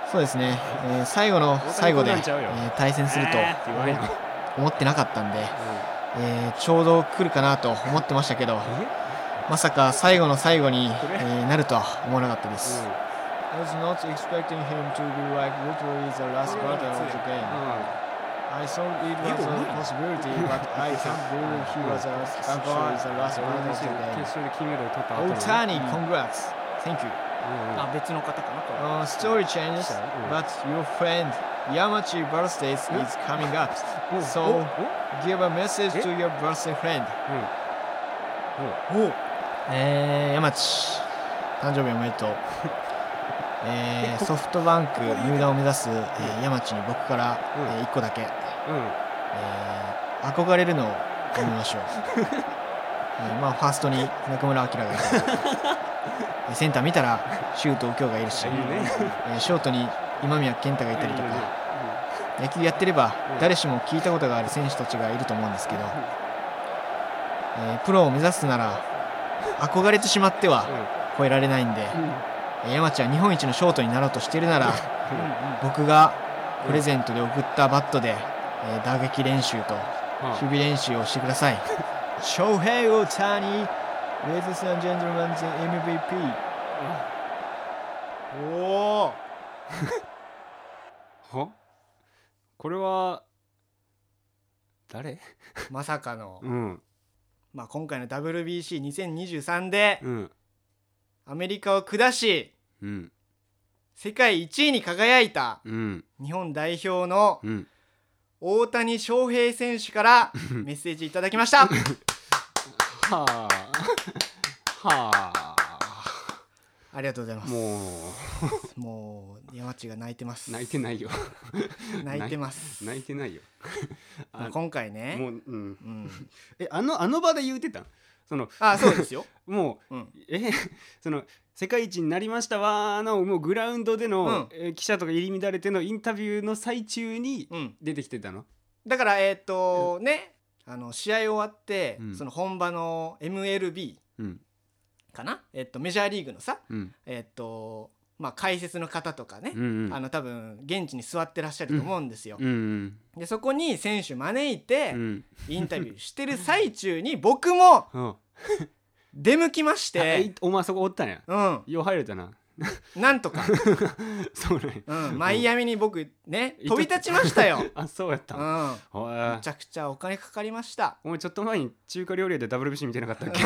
Speaker 2: ー、そうですね、えー最後の最後で、え
Speaker 3: 大谷君なんちゃうよ
Speaker 2: ー対戦すると
Speaker 3: えーって言われんの
Speaker 2: 思ってなかったんで、えーちょうど来るかなと思ってましたけどまさか最後の最後に、えーなるとは思わなかったです。
Speaker 3: うん
Speaker 2: I was not expecting him to be like literally the last batter of the game. I thought it was a possibility, but I can't believe he was a, actually the last one of the
Speaker 3: 決
Speaker 2: game.
Speaker 3: 勝で金メダル取った
Speaker 2: Oh,
Speaker 3: 後の
Speaker 2: Tani,
Speaker 3: うん
Speaker 2: congrats. Thank you.
Speaker 3: うん
Speaker 1: あ別の方かなこれ
Speaker 2: Uh, story changes, but your friend Yamachi birthday is coming up.
Speaker 3: おお
Speaker 2: So
Speaker 3: お
Speaker 2: give a message to your birthday friend.
Speaker 1: お
Speaker 2: えー、山地誕生日おめでと う、えー、ソフトバンク入団を目指す、えー、山地に僕から、
Speaker 3: うん
Speaker 2: えー、1個だけ、
Speaker 3: うんうん
Speaker 2: えー、憧れるのをやめま しょう、えー、まあファーストに中村晃が いるしえーセンター見たら周東京がいるし、
Speaker 3: いるね
Speaker 2: えー、ショートに今宮健太がいたりとか野球やってれば
Speaker 3: うん
Speaker 2: 誰しも聞いたことがある選手たちがいると思うんですけど、えー、プロを目指すなら憧れてしまっては、超えられないんで、えー山ちゃん日本一のショートになろうとしてるなら僕がプレゼントで送ったバットで、えー打撃練習と守備練習をしてください翔平大谷 Ladies and gentlemen, the MVP
Speaker 1: おー
Speaker 3: はこれは誰
Speaker 1: まさかの、
Speaker 3: うん
Speaker 1: まあ、今回の WBC2023 で
Speaker 3: うん
Speaker 1: アメリカを下し
Speaker 3: うん
Speaker 1: 世界1位に輝いた
Speaker 3: うん
Speaker 1: 日本代表の
Speaker 3: うん
Speaker 1: 大谷翔平選手から メッセージいただきました
Speaker 3: はあはあ
Speaker 1: ありがとうございます
Speaker 3: も
Speaker 1: もう山地が泣いてます
Speaker 3: う泣いてないよ
Speaker 1: 泣いてます
Speaker 3: 泣いてないよ
Speaker 1: まあ
Speaker 3: あ
Speaker 1: 今回ね
Speaker 3: もううん
Speaker 1: うん、
Speaker 3: えあのあの場で言うてたんその
Speaker 1: あそうですよ
Speaker 3: もう、
Speaker 1: うん
Speaker 3: え その世界一になりましたわーのもうグラウンドでの、
Speaker 1: うん
Speaker 3: えー記者とか入り乱れてのインタビューの最中に
Speaker 1: うん
Speaker 3: 出てきてたの、
Speaker 1: だからえっ、とねあの試合終わって、
Speaker 3: うん
Speaker 1: その本場の MLB
Speaker 3: うん
Speaker 1: かな、えっとメジャーリーグのさ
Speaker 3: うん
Speaker 1: えっとまあ解説の方とかね
Speaker 3: う、んうん
Speaker 1: あの多分現地に座ってらっしゃると思うんですよ、
Speaker 3: うんうん
Speaker 1: でそこに選手招いて、
Speaker 3: うん
Speaker 1: インタビューしてる最中に僕も
Speaker 3: うん
Speaker 1: 出向きまし
Speaker 3: あい
Speaker 1: て
Speaker 3: お前そこおったんや
Speaker 1: うん
Speaker 3: よう入れたな
Speaker 1: なんとか、
Speaker 3: そうね
Speaker 1: うん、マイアミに僕ね
Speaker 3: うん
Speaker 1: 飛び立ちましたよ、
Speaker 3: あそうやった
Speaker 1: うんん、
Speaker 3: お
Speaker 1: め
Speaker 3: い
Speaker 1: ちゃくちゃお金かかりま した
Speaker 3: お前ちょっと前に中華料理屋で WBC 見てなかった っけ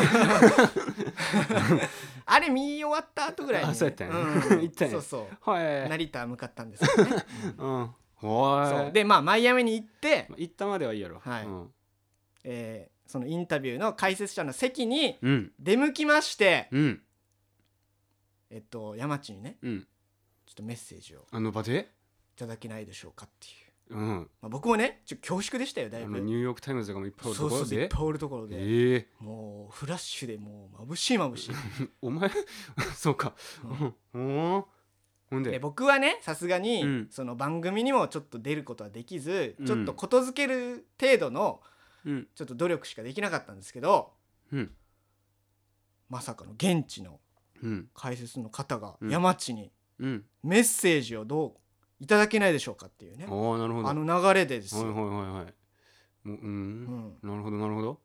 Speaker 1: あれ見終わった後ぐらいに
Speaker 3: あそうやったんや
Speaker 1: うん
Speaker 3: 行ったんや
Speaker 1: そうそう
Speaker 3: はい
Speaker 1: 成田向かったんですよね
Speaker 3: うんおい
Speaker 1: そうでまあマイアミに行って
Speaker 3: ま、あ行ったまではいいやろ
Speaker 1: はい
Speaker 3: うん
Speaker 1: えーそのインタビューの解説者の席に
Speaker 3: うん
Speaker 1: 出向きまして、
Speaker 3: うん
Speaker 1: えっと、山地にね
Speaker 3: うん
Speaker 1: ちょっとメッセージを
Speaker 3: あの場で
Speaker 1: いただけないでしょうかっていう、
Speaker 3: うん
Speaker 1: まあ、僕もねちょっと恐縮でしたよ
Speaker 3: あ
Speaker 1: だい
Speaker 3: の
Speaker 1: ぶ
Speaker 3: ニューヨークタイムズとかもいっぱいおる
Speaker 1: そ
Speaker 3: と
Speaker 1: う
Speaker 3: こ
Speaker 1: そ
Speaker 3: ろ
Speaker 1: ういっ
Speaker 3: で
Speaker 1: ぱいおるところで、
Speaker 3: ええ
Speaker 1: もうフラッシュでもう眩しい眩しい
Speaker 3: お前そうかうんおーほん
Speaker 1: で
Speaker 3: で
Speaker 1: 僕はねさすがに、
Speaker 3: うん
Speaker 1: その番組にもちょっと出ることはできず、
Speaker 3: うん
Speaker 1: ちょっとことづける程度の
Speaker 3: うん
Speaker 1: ちょっと努力しかできなかったんですけど
Speaker 3: うん
Speaker 1: まさかの現地の
Speaker 3: うん
Speaker 1: 解説の方が
Speaker 3: うん
Speaker 1: 山地に
Speaker 3: うん
Speaker 1: メッセージをどういただけないでしょうかっていうね、
Speaker 3: おおなるほど
Speaker 1: あの流れでです
Speaker 3: はい
Speaker 1: よ、
Speaker 3: はいはいはいもうう
Speaker 1: うんん、
Speaker 3: なるほどなるほど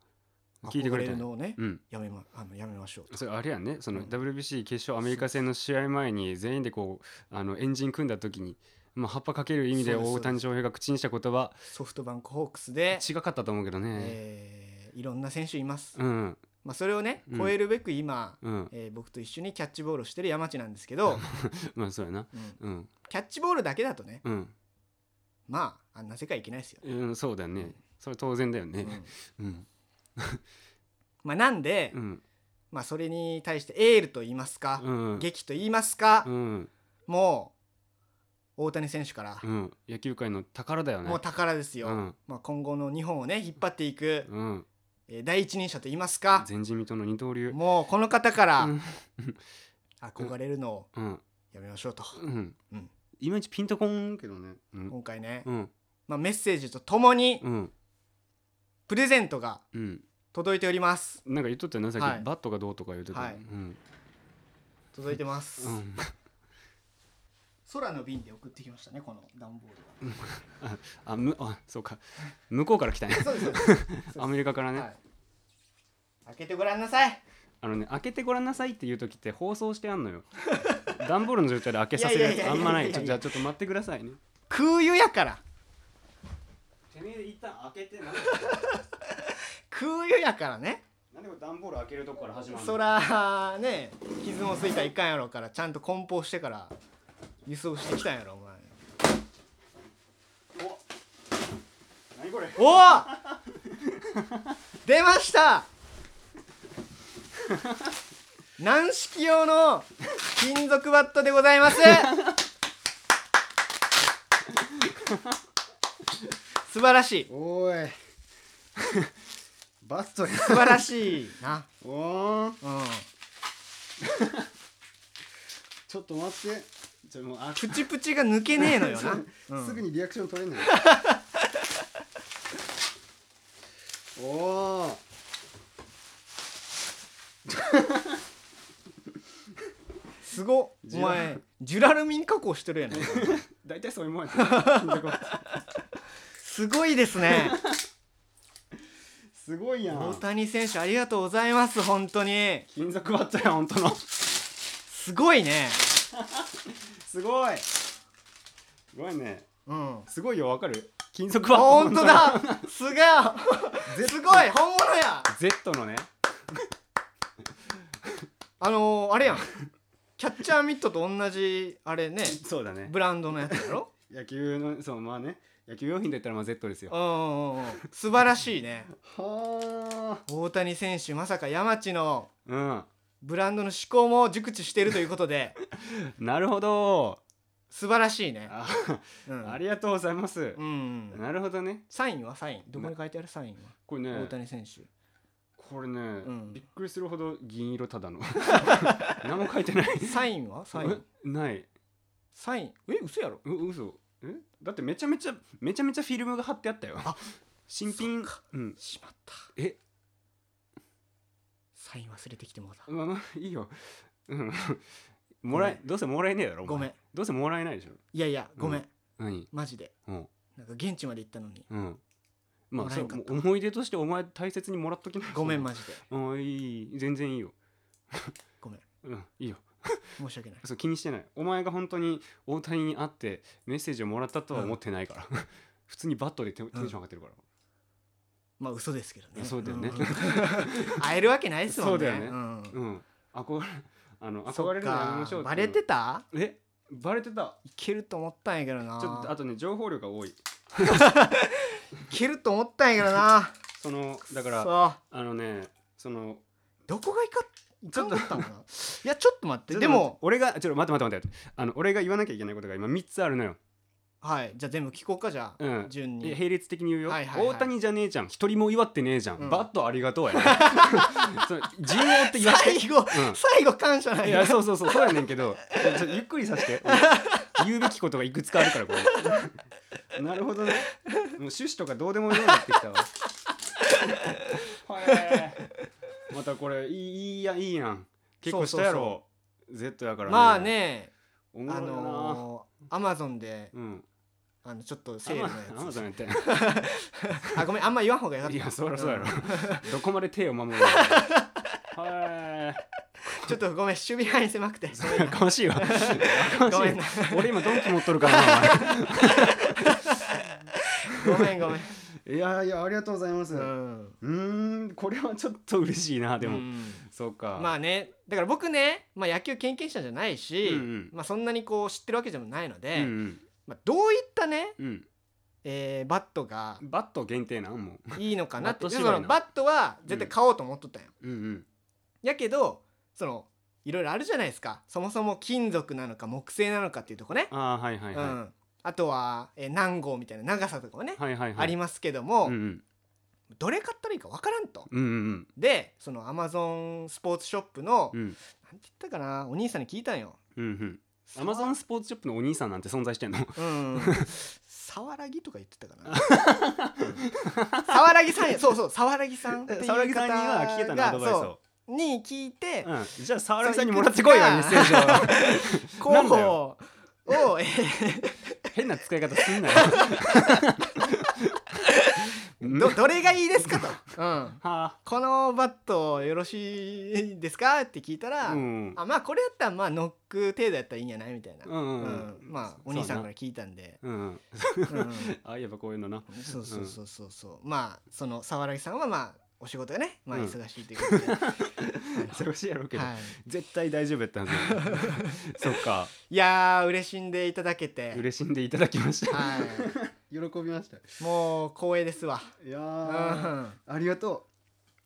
Speaker 3: 聞いてくれ
Speaker 1: 憧
Speaker 3: たんや
Speaker 1: のをね
Speaker 3: うん
Speaker 1: やめまあのやめましょうと
Speaker 3: それあれやんねその
Speaker 1: うん
Speaker 3: WBC 決勝アメリカ戦の試合前に全員でこうあのエンジン組んだ時に、まあ、葉っぱかける意味で
Speaker 1: そうです
Speaker 3: 大谷翔平が口にした言葉
Speaker 1: ソフトバンクホークスで、
Speaker 3: 違かったと思うけどね、
Speaker 1: えーいろんな選手います、
Speaker 3: うん
Speaker 1: まあ、それをね
Speaker 3: うん
Speaker 1: 超えるべく今、
Speaker 3: うん
Speaker 1: えー僕と一緒にキャッチボールをしてる山地なんですけど、
Speaker 3: まあそうやな
Speaker 1: うん
Speaker 3: うん
Speaker 1: キャッチボールだけだとね
Speaker 3: うん、
Speaker 1: まああんな世界いけないですよ、
Speaker 3: うん、そうだよねそれ当然だよ
Speaker 1: う
Speaker 3: ね
Speaker 1: ん
Speaker 3: うん
Speaker 1: まあ、なんで、
Speaker 3: うん
Speaker 1: まあ、それに対してエールと言いますか、
Speaker 3: うん
Speaker 1: 劇と言いますか、
Speaker 3: うん、
Speaker 1: もう大谷選手から、
Speaker 3: うん、野球界の宝だよね
Speaker 1: もう宝ですよ、
Speaker 3: うん
Speaker 1: まあ、今後の日本をね引っ張っていく、
Speaker 3: うん
Speaker 1: えー第一人者と言いますか、
Speaker 3: 前人未到の二刀流
Speaker 1: もうこの方から
Speaker 3: うん
Speaker 1: 憧れるのを
Speaker 3: うん
Speaker 1: やめましょうと、
Speaker 3: うん
Speaker 1: うん
Speaker 3: いまいちピンとこんけどねうん
Speaker 1: 今回ね、
Speaker 3: うん
Speaker 1: まあ、メッセージとともに
Speaker 3: うん
Speaker 1: プレゼントが
Speaker 3: うん
Speaker 1: 届いております
Speaker 3: なんか言っとったよなさっき、
Speaker 1: はい
Speaker 3: バットがどうとか言うてた、
Speaker 1: はい
Speaker 3: うん、
Speaker 1: 届いてます、
Speaker 3: うん、
Speaker 1: 空の便で送ってきましたねこの段ボールは。
Speaker 3: あむあそうか向こうから来たね
Speaker 1: そうですそうです
Speaker 3: アメリカからね、
Speaker 1: はい、開けてごらんなさい
Speaker 3: あのね開けてごらんなさいっていう時って放送してあんのよ段ボールの状態で開けさせるや
Speaker 1: いやいやい
Speaker 3: つ
Speaker 1: や
Speaker 3: あんまない
Speaker 1: いやいや
Speaker 3: ちょ
Speaker 1: い
Speaker 3: じゃ
Speaker 1: や
Speaker 3: あちょっと待ってくださいね
Speaker 1: 空輸やから
Speaker 3: てめえで一旦開けてな
Speaker 1: 空輸やからね
Speaker 3: なんでこれ段ボール開けるとこから始まる
Speaker 1: そらね傷もついたらいかんやろうからちゃんと梱包してから輸送してきたんやろお前
Speaker 3: 何これ
Speaker 1: おお出ました軟式用の金属バットでございます素晴らしい
Speaker 3: おいバストや
Speaker 1: 素晴らしいな
Speaker 3: おー
Speaker 1: うん
Speaker 3: ちょっと待ってじゃあもうあ
Speaker 1: プチプチが抜けねえのよな、うん
Speaker 3: にリアクション取れ ないおお
Speaker 1: すごっお前ジュラルミン加工してるやん
Speaker 3: 大体そういうもんやった
Speaker 1: すごいですね
Speaker 3: すごいや
Speaker 1: 大
Speaker 3: ん
Speaker 1: 谷選手ありがとうございます本当に
Speaker 3: 金属バットやん本当の
Speaker 1: すごいね
Speaker 3: すごいすごいね
Speaker 1: うん
Speaker 3: すごいよわかる金属
Speaker 1: あ
Speaker 3: バット
Speaker 1: 本当だすごいすごい本物や
Speaker 3: Z のね
Speaker 1: あのー、あれやんキャッチャーミットと同じあれね
Speaker 3: そうだね
Speaker 1: ブランドのやつやろ
Speaker 3: 野球のそうまあね野球用品で言ったらまあ Z ですよ
Speaker 1: う
Speaker 3: は
Speaker 1: んうんうんうん素晴らしいね
Speaker 3: あ
Speaker 1: 大谷選手まさか山地の
Speaker 3: うん
Speaker 1: ブランドの思考も熟知しているということで
Speaker 3: なるほど
Speaker 1: 素晴らしいね
Speaker 3: あ
Speaker 1: うん
Speaker 3: ありがとうございます
Speaker 1: うんうん
Speaker 3: なるほどね
Speaker 1: サインはサインどこに書いてあるサインは、
Speaker 3: これね
Speaker 1: 大谷選手
Speaker 3: これね、
Speaker 1: ん
Speaker 3: びっくりするほど銀色 ただの何も書いてない
Speaker 1: サインはサイン
Speaker 3: えない
Speaker 1: サインえ嘘やろ
Speaker 3: う嘘えだってめちゃめちゃめちゃめちゃフィルムが貼ってあったよ新品うん
Speaker 1: しまった
Speaker 3: え
Speaker 1: サイン忘れてきてもうた
Speaker 3: まあまあいいようんもらえどうせもらえねえだろお前
Speaker 1: ごめん
Speaker 3: どうせもらえないでしょ
Speaker 1: いやいやごめん、
Speaker 3: う何
Speaker 1: マジで
Speaker 3: うん
Speaker 1: なんか現地まで行ったのに
Speaker 3: うんまあ
Speaker 1: もらえ
Speaker 3: そ
Speaker 1: んかった
Speaker 3: う思い出としてお前大切にもらっときな
Speaker 1: ごめん
Speaker 3: ま
Speaker 1: マジで
Speaker 3: あいい全然いいよ
Speaker 1: ごめん
Speaker 3: うんいいよ
Speaker 1: 申し訳ない
Speaker 3: そう気にしてないお前が本当に大谷に会ってメッセージをもらったとは思ってないから、 普通にバットでテンテンション上がってるから、
Speaker 1: まあ嘘ですけどね
Speaker 3: そうだよね
Speaker 1: ん会えるわけないですもんね
Speaker 3: そうだよね
Speaker 1: ん
Speaker 3: うん憧れあの
Speaker 1: そっ
Speaker 3: 憧れるのやめましょう
Speaker 1: かバレてた
Speaker 3: うんえバレてた
Speaker 1: いけると思ったんやけどな
Speaker 3: ちょっとあとね情報量が多い
Speaker 1: いけると思ったんやけどな
Speaker 3: その だから
Speaker 1: そう
Speaker 3: あのねその
Speaker 1: どこがいかい
Speaker 3: ち
Speaker 1: かん
Speaker 3: ょっ
Speaker 1: か
Speaker 3: と
Speaker 1: ったのかないやちょっと待ってで
Speaker 3: ちょっと待って
Speaker 1: も
Speaker 3: 俺がちょっと待って待って待ってあの俺が言わなきゃいけないことが今3つあるのよ、
Speaker 1: はいじゃあ全部聞こうかじゃあ、
Speaker 3: うん、
Speaker 1: 順
Speaker 3: いや
Speaker 1: に
Speaker 3: 並列的に言うよ、
Speaker 1: はいはいはい
Speaker 3: 大谷じゃねえじゃん一人も祝ってねえじゃん、
Speaker 1: うん
Speaker 3: バットありがとうやね そう順を追って言わして
Speaker 1: 最後最後感謝な
Speaker 3: うんん、い
Speaker 1: や
Speaker 3: やそうそうそうそうやねんけどちょっとゆっくりさせて言うべきことがいくつかあるからこ れなるほどねもう趣旨とかどうでもよくなってきたわへえまたこれいいいいやいいやん結構したやろ Z やからね
Speaker 1: まあね
Speaker 3: おもろ
Speaker 1: あ
Speaker 3: いな
Speaker 1: のアマゾンで
Speaker 3: うん
Speaker 1: あのちょっとセール
Speaker 3: ア
Speaker 1: の
Speaker 3: マ
Speaker 1: や
Speaker 3: アマ
Speaker 1: つ
Speaker 3: ゾンやって
Speaker 1: あごめんあんま言わん方がよかった
Speaker 3: いやそりゃそうやろどこまで手を守るのは
Speaker 1: ちょっとごめん守備範囲狭くて
Speaker 3: いやかましいわやかましい
Speaker 1: ご
Speaker 3: わ
Speaker 1: めんな
Speaker 3: 俺今ドンキ持っとるからな
Speaker 1: ごめんごめん
Speaker 3: お前いやいやありがとうございます
Speaker 1: う
Speaker 3: うんーんこれはちょっと嬉しいなでも、
Speaker 1: うん
Speaker 3: そうか
Speaker 1: まあねだから僕ね、まあ、野球経験者じゃないし、
Speaker 3: うんうん
Speaker 1: まあ、そんなにこう知ってるわけでもないの
Speaker 3: う
Speaker 1: で、
Speaker 3: んうん
Speaker 1: まあ、どういったね、
Speaker 3: うん
Speaker 1: えーバットが
Speaker 3: バット限定なんも
Speaker 1: いいのかなって
Speaker 3: バット
Speaker 1: そ
Speaker 3: 縛りな
Speaker 1: のバットは絶対買おうと思っとったんよ、
Speaker 3: う、うんうん、
Speaker 1: やけどそのいろいろあるじゃないですかそもそも金属なのか木製なのかっていうとこね、
Speaker 3: ああはいはいはい、
Speaker 1: うん、あとは、えー何号みたいな長さとかもね、
Speaker 3: はいはいはい
Speaker 1: ありますけども、
Speaker 3: うんうん
Speaker 1: どれ買ったらいいか分からんと。
Speaker 3: うんうん
Speaker 1: でそのアマゾンスポーツショップの、
Speaker 3: うんうん
Speaker 1: なんて言ったかなお兄さんに聞いたんよ。
Speaker 3: うんうんアマゾンスポーツショップのお兄さんなんて存在して んの
Speaker 1: うん、さわらぎとか言ってたかな。うんさわらぎさんや、そうそう、さわらぎさんっていう方
Speaker 3: 沢木さんには聞けたなアドバイス
Speaker 1: そ
Speaker 3: を、
Speaker 1: うに聞いて、
Speaker 3: うん、じゃあ沢木さんにもらってこいよ
Speaker 1: そうい
Speaker 3: メ
Speaker 1: くつ
Speaker 3: ッセ
Speaker 1: か
Speaker 3: ージを
Speaker 1: 候補を、 え
Speaker 3: 変な使い方すんな よ。
Speaker 1: ー
Speaker 3: は
Speaker 1: どどれがいいですかと、うん、
Speaker 3: あ、
Speaker 1: このバットよろしいですかって聞いたら、
Speaker 3: うん、
Speaker 1: あまあこれやったらまあノック程度やったらいいんじゃないみたいな、
Speaker 3: うんうん
Speaker 1: うんまあお兄さんから聞いたん で、
Speaker 3: うんうん、
Speaker 1: うん
Speaker 3: あ、やっぱこういうのな。
Speaker 1: そうそうそうそうそう、まあその沢良さんはまあお仕事がねまあ忙しいということで、
Speaker 3: 忙しいや ろうけど、
Speaker 1: はい、
Speaker 3: 絶対大丈夫やったんです よ。そっか、
Speaker 1: いやー嬉しんでいただけて
Speaker 3: 嬉しんでいただきました。
Speaker 1: は
Speaker 3: 喜びました。
Speaker 1: い、もう光栄ですわ
Speaker 3: いや
Speaker 1: う
Speaker 2: Uh.
Speaker 3: ー、
Speaker 1: ん
Speaker 3: ありがと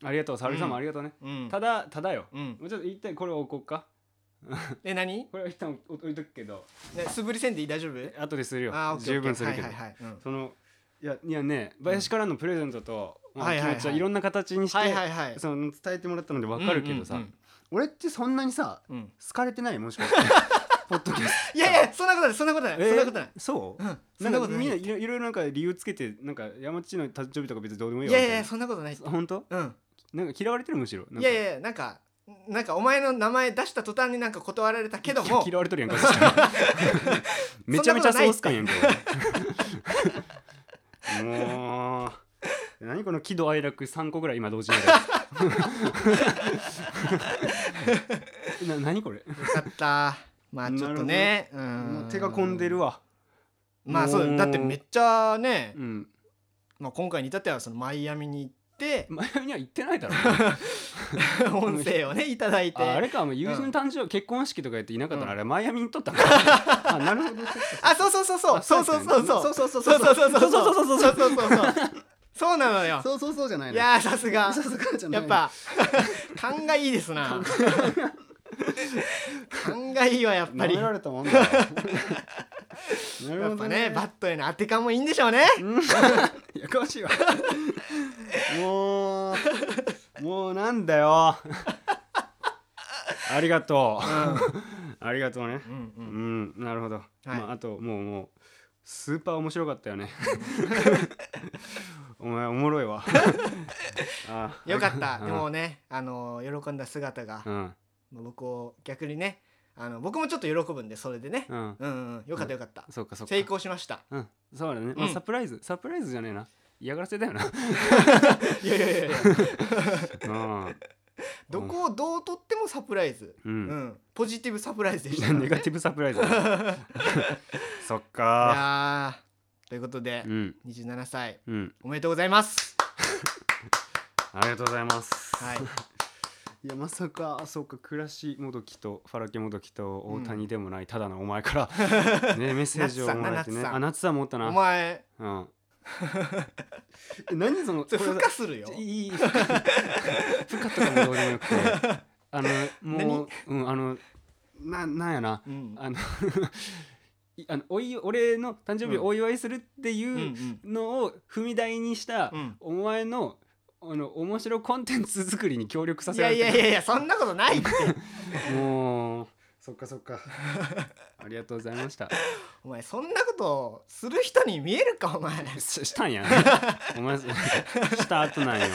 Speaker 3: う。ありがとう、沙織さんもありがとうね。
Speaker 1: うん
Speaker 3: ただ、ただよ。
Speaker 1: うん
Speaker 3: もうちょっと一旦これを置こうか。
Speaker 1: え何ね
Speaker 3: これは一旦置いとくけど、
Speaker 1: 素振りせんでいい大丈夫
Speaker 3: 後でするよ
Speaker 1: あーオ。ッケー
Speaker 3: 十
Speaker 1: オッケー
Speaker 3: 分するけど
Speaker 1: はい。はいはいうん
Speaker 3: その、いや、いやね、林からのプレゼントと、ま
Speaker 1: は
Speaker 3: あ
Speaker 1: い
Speaker 3: 気
Speaker 1: はいはい
Speaker 3: 持ちはいろんな形にして。
Speaker 1: はいはいはい
Speaker 3: その伝えてもらったので分かるけどさ、
Speaker 1: うんうん
Speaker 3: 俺ってそんなにさ
Speaker 1: うんうん
Speaker 3: 好かれてないもしか してポッドキャス
Speaker 1: いやいやそんなことないそんなことない、
Speaker 3: トえー
Speaker 1: そんなことない
Speaker 3: そう、
Speaker 1: うんそ
Speaker 3: なんん
Speaker 1: な
Speaker 3: か
Speaker 1: ことない
Speaker 3: みんないろいろいろなんか理由つけてなんか山地の誕生日とか別にどうでもいい
Speaker 1: い
Speaker 3: わ
Speaker 1: やいやいやそんなことない
Speaker 3: 本当
Speaker 1: うん
Speaker 3: なんか嫌われてるむしろなんか
Speaker 1: いやいやいやなんかなんかお前の名前出した途端になんか断られたけども
Speaker 3: 嫌われとるやんかそした らめちゃめちゃソース感やんけ俺 もう何この喜怒哀楽3個ぐらい今同時にやる な何これ、
Speaker 1: よかったまあちょっとねうん
Speaker 3: もう手が込んでるわ
Speaker 1: まあそうだ
Speaker 3: も
Speaker 1: よ
Speaker 3: う
Speaker 1: だってめっちゃね
Speaker 3: う、ん
Speaker 1: まあ、今回に至ってはそのマイアミに行って
Speaker 3: マイアミには行ってないだろ
Speaker 1: 音声をねいただいて
Speaker 3: ああ
Speaker 1: あ
Speaker 3: れかお前友人の誕生、結婚式とかやっていなかったら、
Speaker 1: うん
Speaker 3: あれマイアミにとったのあなる ほど
Speaker 1: そうそうそうそう
Speaker 3: あ
Speaker 1: そうそうそうそう
Speaker 3: そうそう
Speaker 1: そ
Speaker 3: そうう
Speaker 1: そうそ
Speaker 3: そう
Speaker 1: うそうそうそうそうそうそうそうそうなのよ
Speaker 3: そうそう そうじゃない
Speaker 1: い
Speaker 3: の
Speaker 1: やーさすが
Speaker 3: さすがじゃない
Speaker 1: やっぱ勘がいいですな勘がいいわやっぱ
Speaker 3: な
Speaker 1: り
Speaker 3: め
Speaker 1: や
Speaker 3: ら
Speaker 1: っ
Speaker 3: れたもんだなるほ
Speaker 1: ぱ
Speaker 3: ど
Speaker 1: ねバットへの当て感もいいんでしょうね
Speaker 3: いやかましいわもうもうなんだよ ありがとうありがとうね
Speaker 1: うんう
Speaker 3: うんん、なるほど、まあ、あともうもうスーパー面白かった よねお前おもろいわあ
Speaker 1: よかった
Speaker 3: うん
Speaker 1: でもねあの喜んだ姿が
Speaker 3: うん
Speaker 1: 僕を逆にねあの僕もちょっと喜ぶんでそれでね
Speaker 3: うん
Speaker 1: うんうんよかったよかった
Speaker 3: そうかそうか
Speaker 1: 成功しました
Speaker 3: うんそうだね、まあ、
Speaker 1: うん
Speaker 3: サプライズサ プライズじゃねえな嫌がらせだよな
Speaker 1: いやいやいやいや
Speaker 3: うん
Speaker 1: どこをどう取ってもサプライズ、
Speaker 3: う
Speaker 1: うん
Speaker 3: ん、
Speaker 1: ポジティブサプライズでし
Speaker 3: い
Speaker 1: たか
Speaker 3: や
Speaker 1: らね、
Speaker 3: ネガティブサプライズだ そっ
Speaker 1: い
Speaker 3: か
Speaker 1: やーということで
Speaker 3: う、ん
Speaker 1: 27歳
Speaker 3: うん
Speaker 1: おめでとうございます
Speaker 3: ありがとう ございます、
Speaker 1: はい、
Speaker 3: いやまさかそうか倉しもどきとファラケもどきと大谷でもない、ただのお前から ねメッセージをもらえてね
Speaker 1: 夏さんな夏さん
Speaker 3: あ夏さんもおったな
Speaker 1: お前
Speaker 3: うん、え何その
Speaker 1: それ
Speaker 3: こ
Speaker 1: 孵
Speaker 3: れ
Speaker 1: 化するよ
Speaker 3: いい いい負荷とかもどうでもよくてあのもう、うん、あのななんやな
Speaker 1: うん
Speaker 3: あの いあのおい俺の誕生日をお祝いするっていう、
Speaker 1: うんうん
Speaker 3: のを踏み台にした、
Speaker 1: うん
Speaker 3: お前のあの面白コンテンツ作りに協力さ
Speaker 1: い
Speaker 3: せら
Speaker 1: や
Speaker 3: れ
Speaker 1: い
Speaker 3: て
Speaker 1: やいやいやそんなことないって
Speaker 3: もうそっかそっ かありがとうございました
Speaker 1: お前そんなことする人に見えるかお前
Speaker 3: ししたんやお前した後なんよ、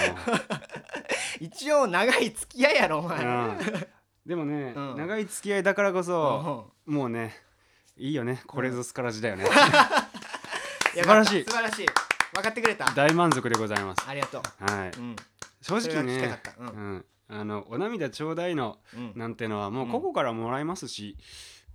Speaker 1: 一応長い付き合いやろお前、
Speaker 3: うん、でもね、
Speaker 1: うん
Speaker 3: 長い付き合いだからこそ、
Speaker 1: うん
Speaker 3: もうねいいよねこれぞスカラジだよね、
Speaker 1: や
Speaker 3: 素晴らしい
Speaker 1: 素晴らしい分かってくれた
Speaker 3: 大満足でございます
Speaker 1: ありがとう、
Speaker 3: はい
Speaker 1: うん、
Speaker 3: 正直
Speaker 1: それ
Speaker 3: ね
Speaker 1: が聞きたかったう
Speaker 3: うんあのお涙ちょうだいの
Speaker 1: うん
Speaker 3: なんてのはもうここからもらえますし、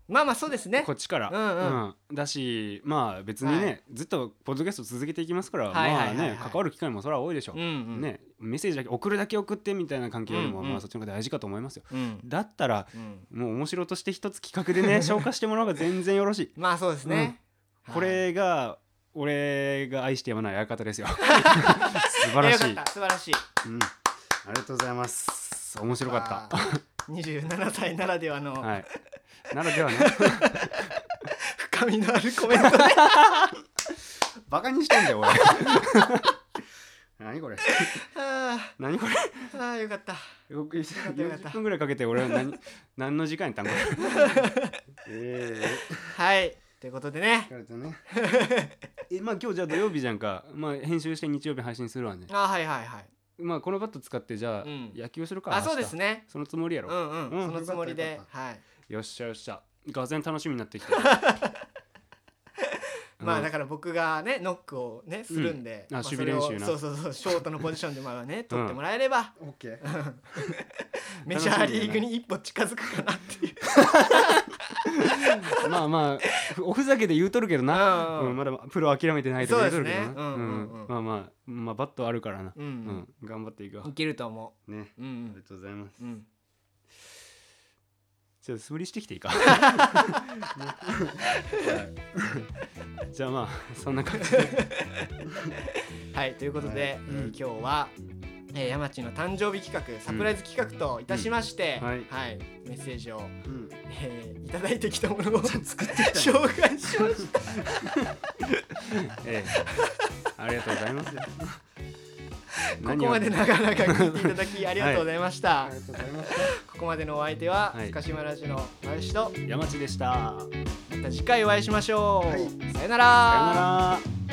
Speaker 1: まあまあそうですね
Speaker 3: こっちから、
Speaker 1: うんうん
Speaker 3: だしまあ別にね、
Speaker 1: はい
Speaker 3: ずっとポッドキャスト続けていきますから、
Speaker 1: はいはいはいはい
Speaker 3: まあね関わる機会もそれは多いでしょう
Speaker 1: う、んうん、
Speaker 3: ね、メッセージだけ送るだけ送ってみたいな関係より
Speaker 1: う
Speaker 3: も、
Speaker 1: んうん
Speaker 3: まあ、そっちの方が大事かと思いますよ
Speaker 1: うん
Speaker 3: だったら
Speaker 1: うん、
Speaker 3: もう面白として一つ企画 でね消化してもらうが全然よろしい
Speaker 1: まあそうですね、
Speaker 3: これが、俺が愛してやまない相 方ですよ素晴
Speaker 1: はいいや
Speaker 3: らしい
Speaker 1: よかった素晴らしい
Speaker 3: うん、ありがとうございます面白かっ
Speaker 1: った27歳 ならではの
Speaker 3: たはいならで はね
Speaker 1: 深みのあるコメントで
Speaker 3: バカにしてんだよ俺 何これ
Speaker 1: あ
Speaker 3: 何これ
Speaker 1: ーあーよかった
Speaker 3: よく
Speaker 1: かったよかった
Speaker 3: 40分ぐらいかけて俺 は何何の時間やったんこれ え
Speaker 1: はいということでね
Speaker 3: え疲れたねえまあ今日じゃあ土曜日じゃんか、まあ、編集して日曜日配信するわね
Speaker 1: あーはいはいはい
Speaker 3: まあこのバット使ってじゃあ
Speaker 1: うん
Speaker 3: 野球するか、
Speaker 1: あ
Speaker 3: 明日
Speaker 1: そうですね
Speaker 3: そのつもりやろ、
Speaker 1: うんうん、
Speaker 3: うん
Speaker 1: そのつもり
Speaker 3: よ
Speaker 1: で
Speaker 3: かっ
Speaker 1: はい
Speaker 3: よっしゃよっしゃがぜん楽しみになってきた
Speaker 1: まあだ
Speaker 3: か
Speaker 1: から僕がねノックをねするんで、
Speaker 3: うん
Speaker 1: ま
Speaker 3: あ
Speaker 1: そ
Speaker 3: 守備
Speaker 1: れを
Speaker 3: 練習な
Speaker 1: そうそうそうショートのポジションでまあ ね取ってもらえれば、
Speaker 3: オッケー
Speaker 1: メジャーリーグに一歩近づくかなっていう、
Speaker 3: まあまあふおふざけで言うとるけどな、
Speaker 1: うんうん
Speaker 3: うんまだプロ諦めてないとか言うとるけど
Speaker 1: そうですね
Speaker 3: な
Speaker 1: うんうんうん
Speaker 3: うんまあまあまあバットあるからな、
Speaker 1: うん
Speaker 3: うん頑張っていくわ
Speaker 1: いけると思
Speaker 3: ね
Speaker 1: うう
Speaker 3: ありが
Speaker 1: ん
Speaker 3: とうございます
Speaker 1: うんうん
Speaker 3: ちょっと素振りしてきていいか じゃあまあそんな感じで
Speaker 1: はいということで、えー今日は、えー、山地の誕生日企画サプライズ企画といたしまして、
Speaker 3: うんはい
Speaker 1: メッセージを、えーいただいてきたものを作って紹介しました
Speaker 3: ええありがとうござい ますこ
Speaker 1: ここまで長々聞いていただきありがとうございました、
Speaker 3: ありがとうございます
Speaker 1: ここまでのお相手は、
Speaker 3: はい
Speaker 1: スカシマラジの林と
Speaker 3: 山地でしたさよ
Speaker 1: また次回お会いしましょう、さよなら
Speaker 3: なら